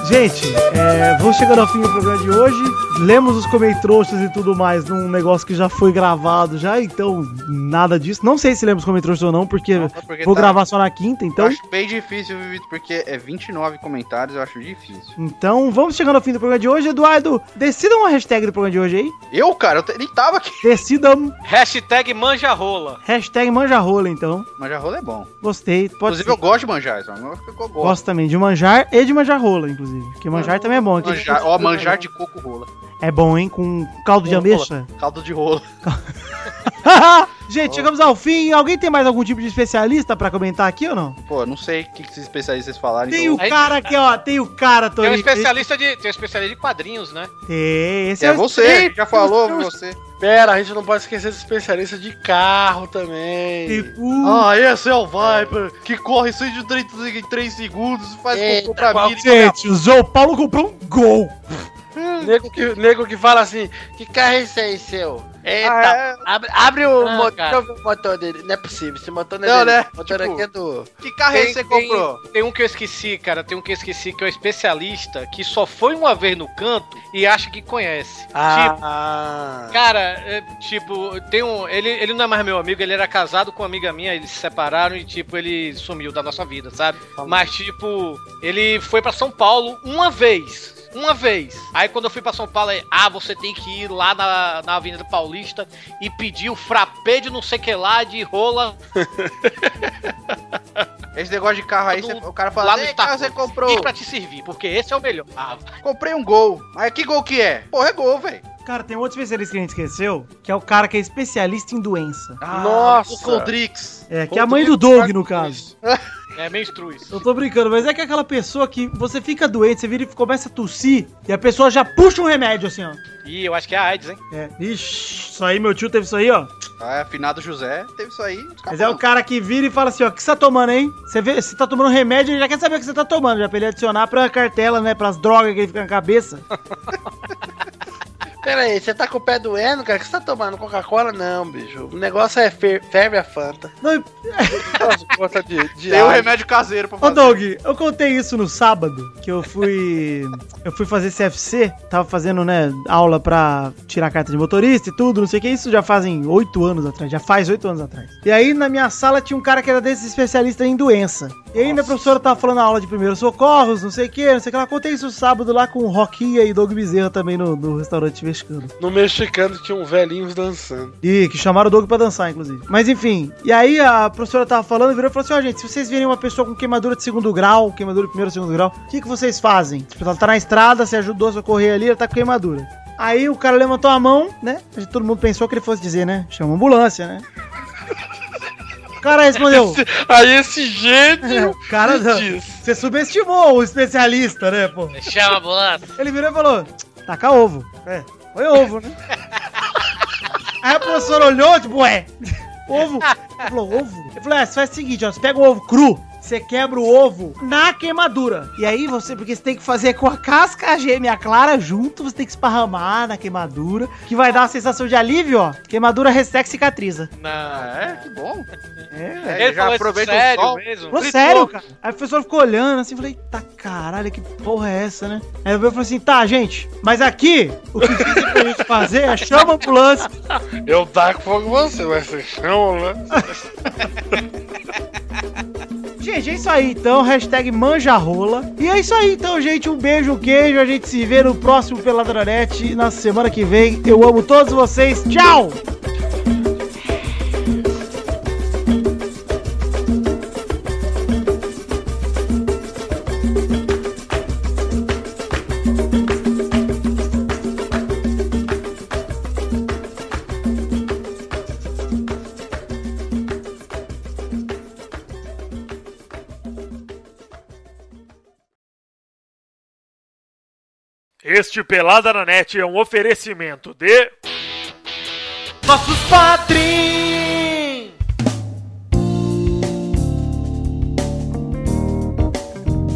[SPEAKER 4] Gente, é, vou chegando ao fim do programa de hoje. Lemos os comentrouxas e tudo mais num negócio que já foi gravado já, então nada disso. Não sei se lemos comentrouxas ou não, porque
[SPEAKER 6] Porque
[SPEAKER 4] vou
[SPEAKER 6] tá-
[SPEAKER 4] gravar só na quinta, então.
[SPEAKER 6] Eu acho bem difícil, viu, Vitor, porque é 29 comentários, eu acho difícil.
[SPEAKER 4] Então vamos chegando ao fim do programa de hoje. Eduardo, decida uma hashtag do programa de hoje aí.
[SPEAKER 6] Eu, cara, eu te- nem tava aqui.
[SPEAKER 4] Decida
[SPEAKER 3] Hashtag manja rola.
[SPEAKER 4] hashtag manjarrola, então.
[SPEAKER 6] Manjar rola é bom.
[SPEAKER 4] Gostei. Pode
[SPEAKER 6] Inclusive,
[SPEAKER 4] ser.
[SPEAKER 6] eu gosto de manjar, isso é uma coisa que eu gosto.
[SPEAKER 4] Gosto também de manjar e de manjar rola, inclusive. Porque manjar também é bom. aqui.
[SPEAKER 6] Manjar, ó, manjar de coco rola.
[SPEAKER 4] É bom, hein? Com caldo de
[SPEAKER 6] Rola.
[SPEAKER 4] ameixa.
[SPEAKER 6] Caldo de rola.
[SPEAKER 4] Gente, chegamos ao fim. Alguém tem mais algum tipo de especialista pra comentar aqui ou não?
[SPEAKER 6] Pô, eu não sei o que que esses especialistas falarem.
[SPEAKER 4] Tem
[SPEAKER 6] então-
[SPEAKER 4] o cara aqui, ó. Tem o cara, Tony.
[SPEAKER 3] Tem um especialista de, tem um especialista de quadrinhos, né?
[SPEAKER 4] Tem, esse é
[SPEAKER 6] É você, já falou você.
[SPEAKER 5] Pera, a gente não pode esquecer dos especialistas de carro também.
[SPEAKER 4] Tipo,
[SPEAKER 5] Ah, esse é o Viper, que corre 133 segundos, faz cocô pra mim.
[SPEAKER 4] gente, o João Paulo comprou um gol.
[SPEAKER 5] Nego que, nego que fala assim,
[SPEAKER 7] Que carro é esse aí, seu? Eita,
[SPEAKER 5] Ah, é?
[SPEAKER 7] abre, abre o
[SPEAKER 3] Ah,
[SPEAKER 7] motor,
[SPEAKER 3] cara.
[SPEAKER 7] deixa eu ver o motor dele. Não é possível, esse motor não é
[SPEAKER 5] Não,
[SPEAKER 7] dele.
[SPEAKER 5] né?
[SPEAKER 7] Esse motor
[SPEAKER 5] Tipo,
[SPEAKER 7] aqui é do...
[SPEAKER 6] Que carro
[SPEAKER 3] Tem-
[SPEAKER 6] é esse que você
[SPEAKER 3] tem-
[SPEAKER 6] comprou?
[SPEAKER 3] Tem um que eu esqueci, cara. Tem um que eu esqueci que é um especialista que só foi uma vez no canto e acha que conhece.
[SPEAKER 4] Ah,
[SPEAKER 5] Ah.
[SPEAKER 3] Tipo, cara, é, tipo, tem um. Ele, ele não é mais meu amigo, ele era casado com uma amiga minha, eles se separaram e, tipo, ele sumiu da nossa vida, sabe? Mas, tipo, ele foi pra São Paulo uma vez. Uma vez. Aí quando eu fui pra São Paulo, aí, ah, você tem que ir lá na, na Avenida Paulista e pedir o frappé de não sei que lá, de rola
[SPEAKER 6] Esse negócio de carro aí,
[SPEAKER 3] Do-
[SPEAKER 6] você- o cara
[SPEAKER 3] lá
[SPEAKER 6] fala,
[SPEAKER 3] no
[SPEAKER 6] Ei, carro
[SPEAKER 3] Itaú.
[SPEAKER 6] você comprou?
[SPEAKER 3] e pra te servir, porque esse é o melhor. Ah,
[SPEAKER 6] Comprei um gol. Mas que gol que é? Porra, é gol, velho.
[SPEAKER 4] Cara, tem um outro especialista que a gente esqueceu, que é o cara que é especialista em doença.
[SPEAKER 5] nossa.
[SPEAKER 6] Ah, O Coldrix.
[SPEAKER 4] É, que é a mãe do Doug, no caso.
[SPEAKER 3] é menstruis.
[SPEAKER 4] Eu tô brincando, mas é que é aquela pessoa que você fica doente, você vira e começa a tossir, e a pessoa já puxa um remédio assim, ó.
[SPEAKER 3] Ih, eu acho que é a AIDS, hein?
[SPEAKER 4] É. Ixi, isso aí, meu tio teve isso aí, ó.
[SPEAKER 6] Ah, afinado José, teve isso aí. os caras
[SPEAKER 4] Mas é o cara que vira e fala assim, ó, o que você tá tomando, hein? Você, vê, você tá tomando remédio, ele já quer saber o que você tá tomando, já pra ele adicionar pra cartela, né, pras drogas que ele fica na cabeça.
[SPEAKER 5] Pera aí, você tá com o pé doendo, cara? O que você tá tomando? Coca-Cola? Não, bicho. O negócio é fe- febre a Fanta.
[SPEAKER 4] Não, e-
[SPEAKER 5] Nossa, conta de, de
[SPEAKER 6] Tem o
[SPEAKER 5] ar.
[SPEAKER 6] remédio caseiro pra
[SPEAKER 4] Ô
[SPEAKER 6] fazer.
[SPEAKER 4] Doug, eu contei isso no sábado, que eu fui. eu fui fazer CFC, tava fazendo, né, aula pra tirar carta de motorista e tudo, não sei o que. Isso já fazem oito anos atrás, já faz oito anos atrás. E aí na minha sala tinha um cara que era desses especialista em doença. E aí minha professora tava falando na aula de primeiros socorros, não sei o que, não sei o que. Ela contei isso sábado lá com o Roquinha e Doug Bezerra também no, no restaurante mexicano.
[SPEAKER 5] No mexicano tinha um velhinhos dançando.
[SPEAKER 4] E que chamaram o Doug pra dançar, inclusive. Mas enfim, e aí a professora tava falando, virou e falou assim: ó, gente, se vocês virem uma pessoa com queimadura de segundo grau, queimadura de primeiro segundo grau, o que, que vocês fazem? Tipo, ela tá na estrada, você ajudou a socorrer ali, ela tá com queimadura. Aí o cara levantou a mão, né? Todo mundo pensou que ele fosse dizer, né? Chama a ambulância, né? O cara respondeu.
[SPEAKER 5] Aí esse gênio.
[SPEAKER 4] O cara, você subestimou o especialista, né, pô?
[SPEAKER 3] Chama a ambulância.
[SPEAKER 4] Ele virou e falou: taca ovo. É, foi ovo, né? Aí a professora olhou, tipo, ué, ovo. Ele falou, ovo? Ele falou, é, você faz o seguinte, ó, você pega o ovo cru, você quebra o ovo na queimadura.
[SPEAKER 8] E aí você, porque você tem que fazer com a casca a gêmea clara junto, você tem que esparramar na queimadura.
[SPEAKER 4] Que vai dar a sensação de alívio, ó. Queimadura resseca e cicatriza.
[SPEAKER 3] Não, é.
[SPEAKER 6] Que bom.
[SPEAKER 4] É,
[SPEAKER 3] Ele já aproveita sério mesmo.
[SPEAKER 4] Falou sério, cara. Aí o professor ficou olhando assim, falei, tá caralho, que porra é essa, né? Aí eu falei assim, tá, gente, mas aqui o que dizem pra gente fazer é chama a ambulância.
[SPEAKER 5] Eu taco fogo em você, mas você chama, né?
[SPEAKER 4] Gente, é isso aí então, hashtag manjarola. E é isso aí então, gente, um beijo, um queijo, a gente se vê no próximo Peladronete na semana que vem. Eu amo todos vocês, tchau!
[SPEAKER 9] Este Pelada na Net é um oferecimento de.
[SPEAKER 3] Nossos patrins!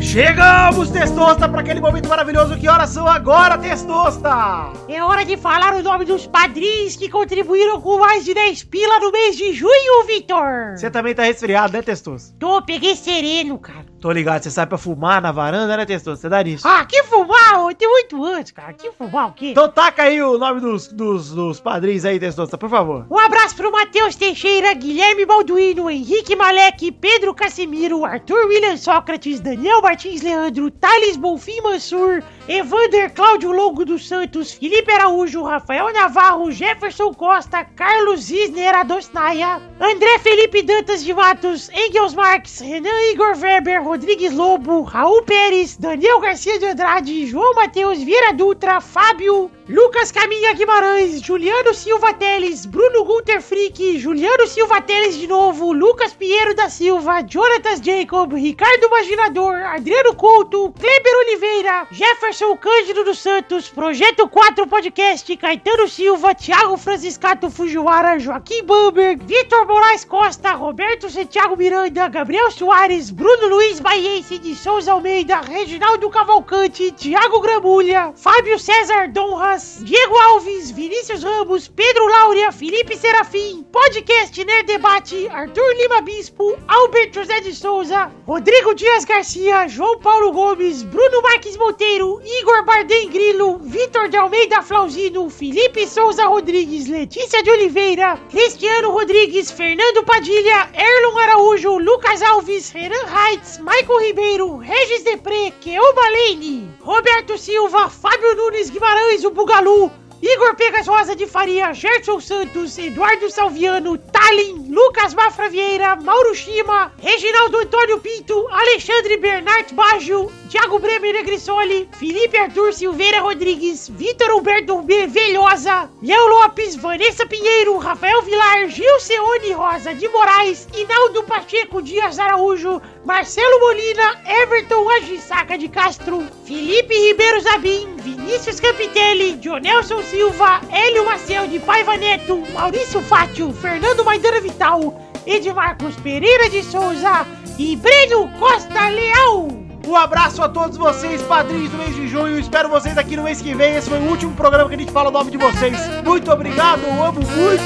[SPEAKER 4] Chegamos, Testosta, para aquele momento maravilhoso. Que horas são agora, Testosta?
[SPEAKER 8] É hora de falar o nome dos padrinhos que contribuíram com mais de 10 pila no mês de junho, Vitor.
[SPEAKER 4] Você também tá resfriado, né, Testosta?
[SPEAKER 8] Tô, peguei sereno, cara.
[SPEAKER 4] Tô ligado, você sai pra fumar na varanda, né, Testosta? Você dá nisso.
[SPEAKER 8] Ah, que fumar? ô, Tem oito anos, cara. Que fumar o quê?
[SPEAKER 4] Então taca aí o nome dos, dos, dos padrinhos aí, Testosta, por favor.
[SPEAKER 8] Um abraço pro Matheus Teixeira, Guilherme Balduino, Henrique Malek, Pedro Casimiro, Arthur William Sócrates, Daniel Martins Leandro, Thales Bonfim Mansur, Evander Cláudio Longo dos Santos, Felipe Araújo, Rafael Navarro, Jefferson Costa, Carlos Isner Adosnaia, André Felipe Dantas de Matos, Engels Marques, Renan Igor Weber, Rodrigues Lobo, Raul Pérez, Daniel Garcia de Andrade, João Matheus Vieira Dutra, Fábio, Lucas Caminha Guimarães, Juliano Silva Teles, Bruno Gunter Frick, Juliano Silva Teles de novo, Lucas Pinheiro da Silva, Jonatas Jacob, Ricardo Maginador, Adriano Couto, Kleber Oliveira, Jefferson Cândido dos Santos, Projeto 4 Podcast, Caetano Silva, Thiago Franciscato Fujiwara, Joaquim Bamberg, Vitor Moraes Costa, Roberto Santiago Miranda, Gabriel Soares, Bruno Luiz Baiense de Souza Almeida, Reginaldo Cavalcante, Thiago Gramulha, Fábio César Donras, Diego Alves, Vinícius Ramos, Pedro Laura, Felipe Serafim, Podcast Nerd Debate, Arthur Lima Bispo, Albert José de Souza, Rodrigo Dias Garcia, João Paulo Gomes, Bruno Marques Monteiro, Igor Bardem Grilo, Vitor de Almeida Flauzino, Felipe Souza Rodrigues, Letícia de Oliveira, Cristiano Rodrigues, Fernando Padilha, Erlon Araújo, Lucas Alves, Renan Reitz, Maicon Ribeiro, Regis Depré, Keoma Lane, Roberto Silva, Fábio Nunes Guimarães, o Bugalu, Igor Pegas Rosa de Faria, Gerson Santos, Eduardo Salviano, Tallin, Lucas Mafra Vieira, Mauro Shima, Reginaldo Antônio Pinto, Alexandre Bernard Baggio, Thiago Bremer Negrissoli, Felipe Arthur Silveira Rodrigues, Vitor Humberto B. Velhosa, Léo Lopes, Vanessa Pinheiro, Rafael Vilar, Gil Ceone Rosa de Moraes, Inaldo Pacheco Dias Araújo, Marcelo Molina, Everton Agissaca de Castro, Felipe Ribeiro Zabim, Vinícius Campitelli, Jonelson Silva, Hélio Maciel de Paiva Neto, Maurício Fátio, Fernando Maidana Vital, Edmarcos Pereira de Souza e Breno Costa Leal.
[SPEAKER 4] Um abraço a todos vocês, padrinhos do mês de junho. Espero vocês aqui no mês que vem. Esse foi o último programa que a gente fala o nome de vocês. Muito obrigado, eu amo muito.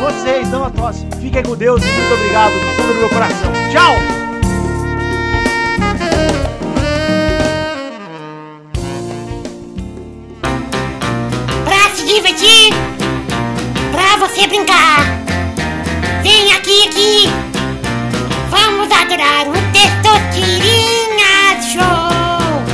[SPEAKER 4] vocês, não a tosse. Fiquem com Deus e muito obrigado do fundo do meu coração. Tchau!
[SPEAKER 10] pra se divertir, pra você brincar. Vem aqui, aqui, vamos até
[SPEAKER 8] adorar o Testosterinha Show!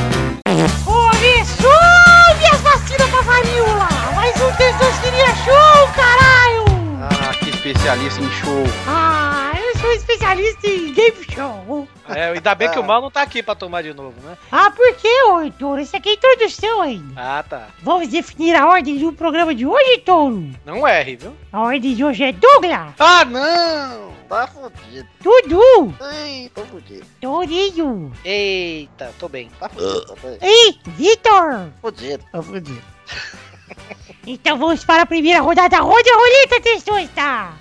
[SPEAKER 8] Oi, sobe as vacinas pra varíola! Mais um Testosterinha Show, caralho!
[SPEAKER 6] Ah, que especialista em show.
[SPEAKER 8] Ah, eu sou especialista em game show!
[SPEAKER 3] É, ainda bem que o mal não tá aqui pra tomar de novo, né?
[SPEAKER 8] Ah, por que, ô Touro? Isso aqui é introdução ainda.
[SPEAKER 3] Ah, tá.
[SPEAKER 8] Vamos definir a ordem do programa de hoje, Touro?
[SPEAKER 3] Não erre, viu?
[SPEAKER 8] A ordem de hoje é Douglas,
[SPEAKER 11] Ah, não!
[SPEAKER 12] Tá fudido.
[SPEAKER 8] Dudu,
[SPEAKER 12] Ai, tô fudido.
[SPEAKER 8] Tourinho
[SPEAKER 3] Eita, tô bem.
[SPEAKER 12] Tá fudido também.
[SPEAKER 8] e Vitor.
[SPEAKER 12] Fudido.
[SPEAKER 4] Tá fudido.
[SPEAKER 8] Então vamos para a primeira rodada. tá, Roda a roleta, testosta!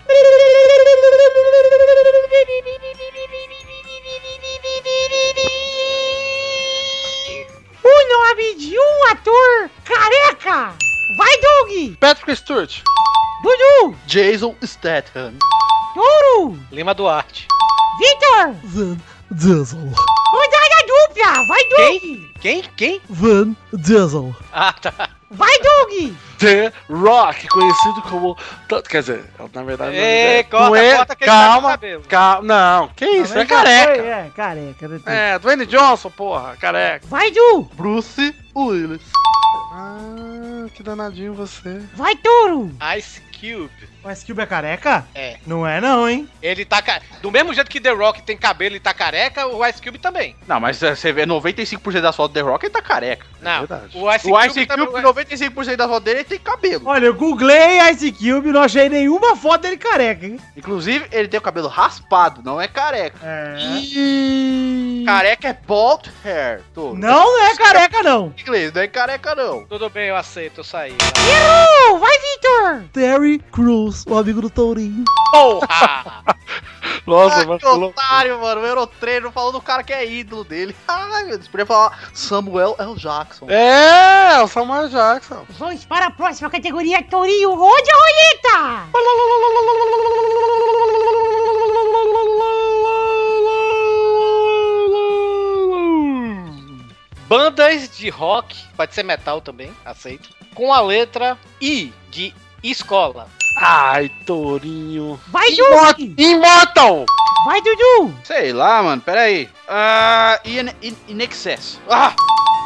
[SPEAKER 8] O nome de um ator careca! Vai, Doug!
[SPEAKER 5] Patrick Stewart.
[SPEAKER 8] Dudu!
[SPEAKER 6] Jason Statham.
[SPEAKER 8] Touro!
[SPEAKER 3] Lima Duarte.
[SPEAKER 8] Vitor!
[SPEAKER 4] Van Diesel.
[SPEAKER 8] Rodada dupla! Vai, Doug!
[SPEAKER 3] Quem? Quem?
[SPEAKER 1] Tá
[SPEAKER 4] Van Diesel.
[SPEAKER 3] Ah, tá.
[SPEAKER 8] Vai, Doug!
[SPEAKER 5] The Rock, conhecido como. t- Quer dizer, na verdade.
[SPEAKER 3] Ê,
[SPEAKER 5] não não
[SPEAKER 3] corta,
[SPEAKER 5] é,
[SPEAKER 3] corta que ele tá com
[SPEAKER 5] calma,
[SPEAKER 3] cabelo.
[SPEAKER 5] calma. Não, que isso? É
[SPEAKER 4] Também já
[SPEAKER 5] careca.
[SPEAKER 4] foi, é, careca. né, Tutu?
[SPEAKER 5] É, Dwayne Johnson, porra, careca.
[SPEAKER 8] Vai, Du!
[SPEAKER 5] Bruce Willis. Ah, que danadinho você.
[SPEAKER 8] Vai, Touro!
[SPEAKER 3] Ice Cube.
[SPEAKER 4] Mas Cube é careca?
[SPEAKER 3] É.
[SPEAKER 4] Não é não, hein?
[SPEAKER 3] Ele tá. ca- Do mesmo jeito que The Rock tem cabelo e tá careca, o Ice Cube também.
[SPEAKER 6] Não, mas eh, você vê 95% das fotos do The Rock, ele tá careca.
[SPEAKER 3] Não.
[SPEAKER 5] verdade.
[SPEAKER 3] O Ice,
[SPEAKER 6] O Ice
[SPEAKER 3] também-
[SPEAKER 6] Cube, 95% das fotos dele, ele tem cabelo.
[SPEAKER 4] Olha, eu googlei Ice Cube, não achei nenhuma foto dele careca, hein?
[SPEAKER 6] Inclusive, ele tem o cabelo raspado, não é careca.
[SPEAKER 4] É.
[SPEAKER 6] Careca é bald hair. Tô.
[SPEAKER 4] Não é careca, não.
[SPEAKER 6] Em inglês, não é careca, não.
[SPEAKER 3] Tudo bem, eu aceito, eu saí.
[SPEAKER 8] Errou! Vai, Vitor!
[SPEAKER 4] Terry Cruz, o amigo do Tourinho.
[SPEAKER 3] Porra!
[SPEAKER 5] Nossa,
[SPEAKER 6] ah,
[SPEAKER 5] mas
[SPEAKER 6] que otário, mano. O Eurotreino falou do cara que é ídolo dele. Ai, meu Deus. Podia falar Samuel L. Jackson.
[SPEAKER 5] É, o Samuel Jackson.
[SPEAKER 8] Vamos para a próxima categoria, Tourinho! Roda a roleta!
[SPEAKER 3] Bandas de rock, pode ser metal também, aceito. Com a letra I de escola.
[SPEAKER 5] Ai, Torinho.
[SPEAKER 8] Vai, Doug!
[SPEAKER 5] Immortal!
[SPEAKER 8] Vai, Dudu!
[SPEAKER 6] Sei lá, mano. Pera aí. Ah, in, in, in excess. Ah,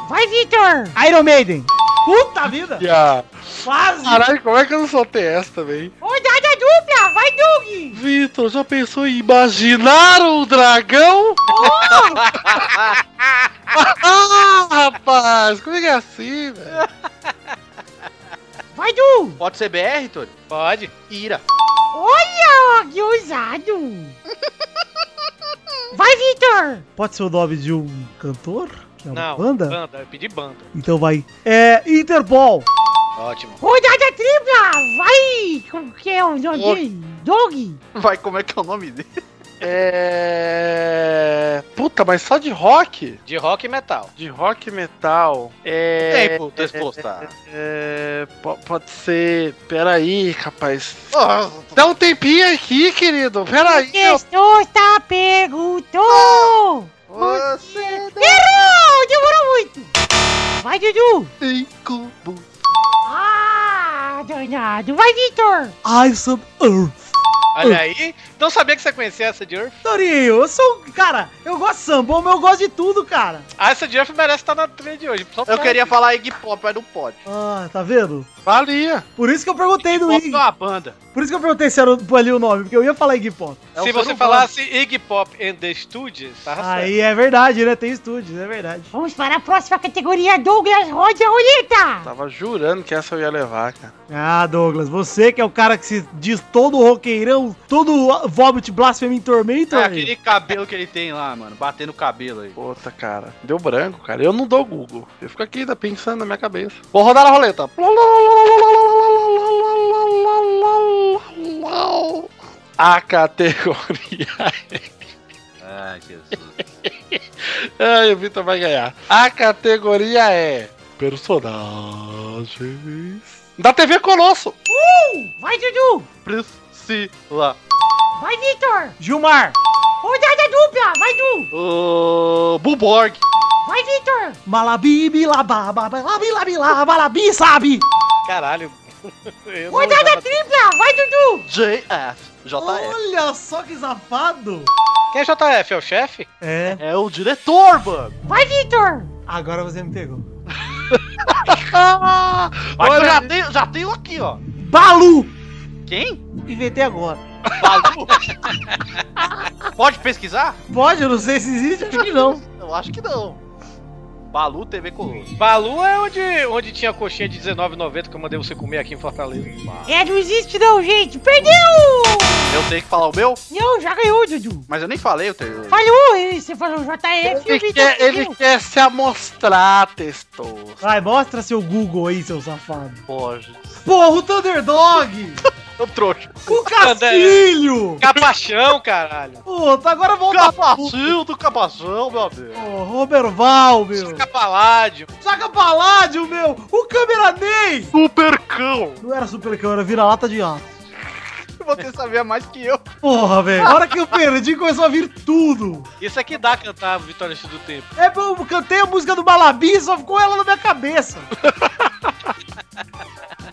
[SPEAKER 8] Vai, Vitor!
[SPEAKER 4] Iron Maiden. Puta vida.
[SPEAKER 5] Yeah.
[SPEAKER 4] Quase.
[SPEAKER 5] Caralho, como é que eu não soltei essa também?
[SPEAKER 8] Rodada dupla! Vai, Doug!
[SPEAKER 5] Vitor, já pensou em imaginar o dragão?
[SPEAKER 8] Oh!
[SPEAKER 5] ah, rapaz, como é que é assim, velho?
[SPEAKER 8] Vai, Du!
[SPEAKER 6] pode ser BR, Tony?
[SPEAKER 3] Pode.
[SPEAKER 6] Ira.
[SPEAKER 8] Olha, que ousado! Vai, Vitor!
[SPEAKER 4] Pode ser o nome de um cantor? Que é uma
[SPEAKER 3] Não,
[SPEAKER 4] banda?
[SPEAKER 3] banda, eu pedi banda.
[SPEAKER 4] Então vai. É, Interpol.
[SPEAKER 3] Ótimo.
[SPEAKER 8] Rodada tripla! Vai! Como que é o nome dele? Doug!
[SPEAKER 6] Vai, como é que é o nome dele?
[SPEAKER 5] É. Puta, mas só de rock?
[SPEAKER 3] De rock e metal.
[SPEAKER 5] De rock e metal. É.
[SPEAKER 6] Tempo, resposta.
[SPEAKER 5] É. po- Pode ser. Peraí, rapaz. Dá um tempinho aqui, querido. Peraí. eu-
[SPEAKER 8] Testosta perguntou!
[SPEAKER 6] Você
[SPEAKER 5] Ah.
[SPEAKER 8] Errou! Demorou muito! Vai, Dudu!
[SPEAKER 6] Incubo.
[SPEAKER 8] Ah, danado! Vai, Vitor!
[SPEAKER 4] Ice on Earth.
[SPEAKER 3] Olha aí. Não sabia que você conhecia essa de Earth.
[SPEAKER 4] Tourinho, eu sou. um Cara, eu gosto de samba, mas eu gosto de tudo, cara.
[SPEAKER 3] Ah, essa de Earth merece estar na trilha de hoje. Só
[SPEAKER 6] Eu
[SPEAKER 3] pra-
[SPEAKER 6] queria falar Iggy Pop, mas não pode.
[SPEAKER 4] Ah, tá vendo?
[SPEAKER 5] Valia.
[SPEAKER 4] Por isso que eu perguntei do
[SPEAKER 6] Pop é
[SPEAKER 4] Iggy.
[SPEAKER 6] uma banda.
[SPEAKER 4] Por isso que eu perguntei se era o- ali o nome, porque eu ia falar Iggy Pop.
[SPEAKER 5] É
[SPEAKER 3] Se você
[SPEAKER 5] um ser humano.
[SPEAKER 3] falasse Iggy Pop and the Studios, tá
[SPEAKER 4] Aí é verdade, né? Tem estúdios, é verdade.
[SPEAKER 8] Vamos para a próxima categoria, Douglas! Roda a roleta!
[SPEAKER 5] Tava jurando que essa eu ia levar, cara.
[SPEAKER 4] Ah, Douglas, você que é o cara que se diz todo roqueirão, todo vomit blasfemo em tormento.
[SPEAKER 6] É aquele cabelo que ele tem lá, mano. Batendo o cabelo aí.
[SPEAKER 5] Puta, cara. Deu branco, cara. Eu não dou Google. Eu fico aqui ainda pensando na minha cabeça. Vou rodar a roleta. A categoria.
[SPEAKER 6] Ai, Jesus.
[SPEAKER 5] Ai, o Vitor vai ganhar. A categoria é. Personagens. Da TV Colosso.
[SPEAKER 8] Vai, Dudu!
[SPEAKER 6] Priscila.
[SPEAKER 8] Vai, Vitor!
[SPEAKER 4] Gilmar,
[SPEAKER 8] Rodada dupla! Vai, Du!
[SPEAKER 6] Uh, Buborg.
[SPEAKER 8] Vai, Vitor!
[SPEAKER 4] malabibi, lababa, labi, labi, laba, labi, sabe?
[SPEAKER 3] Caralho. Eu não Ah,
[SPEAKER 8] Rodada
[SPEAKER 6] Tá,
[SPEAKER 3] usava-
[SPEAKER 8] tripla! Vai,
[SPEAKER 6] é.
[SPEAKER 8] Dudu!
[SPEAKER 6] JF. JF.
[SPEAKER 4] Olha só que safado.
[SPEAKER 3] Quem é JF? É o chefe?
[SPEAKER 4] É.
[SPEAKER 2] É o diretor, mano.
[SPEAKER 8] Vai, Vitor!
[SPEAKER 4] Agora você me pegou.
[SPEAKER 6] Mas
[SPEAKER 2] Olha,
[SPEAKER 6] eu já tenho, já tenho aqui, ó.
[SPEAKER 4] Balu!
[SPEAKER 6] Quem?
[SPEAKER 4] Inventei agora.
[SPEAKER 6] Balu? Pode pesquisar?
[SPEAKER 4] Pode, eu não sei se existe, acho que não.
[SPEAKER 6] Eu acho que não. Balu TV Colosso.
[SPEAKER 3] Balu é onde, onde tinha a coxinha de R$19,90 que eu mandei você comer aqui em Fortaleza.
[SPEAKER 8] É, não existe não, gente. Perdeu!
[SPEAKER 6] Eu tenho que falar o meu?
[SPEAKER 8] Não, já ganhou, Dudu.
[SPEAKER 6] Mas eu nem falei, eu tenho.
[SPEAKER 8] Falhou, eh, você falou JF e o
[SPEAKER 5] Ele
[SPEAKER 8] Vitor
[SPEAKER 5] quer, ele
[SPEAKER 8] perdeu.
[SPEAKER 5] quer se amostrar, testou.
[SPEAKER 4] Vai, mostra seu Google aí, seu safado.
[SPEAKER 6] Pode.
[SPEAKER 4] Porra, o Thunderdog!
[SPEAKER 6] Eu trouxa.
[SPEAKER 4] o Castilho!
[SPEAKER 3] Capachão, caralho.
[SPEAKER 4] Puta, agora volta
[SPEAKER 6] Capacil do capacão, meu amigo.
[SPEAKER 4] Ô, Robert Val, meu!
[SPEAKER 3] Capaládio.
[SPEAKER 4] Saca Paládio, meu! O Cameranês!
[SPEAKER 6] Supercão.
[SPEAKER 4] Não era supercão, era vira-lata de aço.
[SPEAKER 6] Você sabia mais que eu.
[SPEAKER 4] Porra, velho! A hora que eu perdi, começou a vir tudo!
[SPEAKER 3] Isso é que dá cantar Vitória do Tempo.
[SPEAKER 4] É, eu cantei a música do Balabi, só ficou ela na minha cabeça.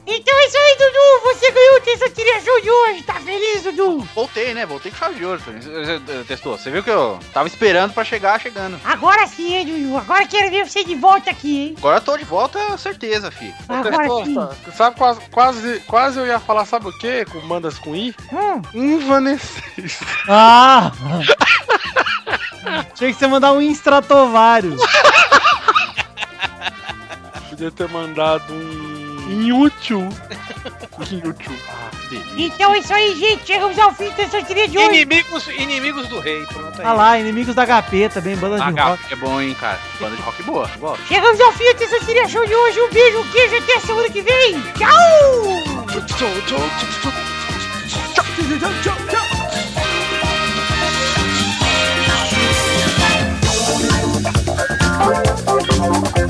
[SPEAKER 8] Então é isso aí, Dudu. Você ganhou o terceiro tiração de hoje. Tá feliz, Dudu?
[SPEAKER 6] Voltei, né? Voltei com chave de ouro. Testou. Você viu que eu tava esperando pra chegar, chegando.
[SPEAKER 8] Agora sim, hein, Dudu? Agora quero ver você de volta aqui, hein?
[SPEAKER 6] Agora eu tô de volta, certeza, fi.
[SPEAKER 8] Agora sim.
[SPEAKER 5] Sabe, quase, quase, quase eu ia falar, sabe o quê? Com mandas com I?
[SPEAKER 8] Hum.
[SPEAKER 5] Invanescer.
[SPEAKER 4] Ah! Tinha que você mandar um Instratovário.
[SPEAKER 5] Podia ter mandado um. Inútil. Inútil.
[SPEAKER 8] Então é isso aí, gente. Chegamos ao fim do terceiro tiração de hoje.
[SPEAKER 3] Inimigos, inimigos do rei. Pronto é aí.
[SPEAKER 4] Ah lá, inimigos da gaveta, bem, banda de rock.
[SPEAKER 6] é bom, hein, cara. Banda de rock boa. boa.
[SPEAKER 8] Chegamos ao fim do terceiro tiração de hoje. Um beijo, um queijo. Até semana que vem. Tchau!
[SPEAKER 10] Thank you.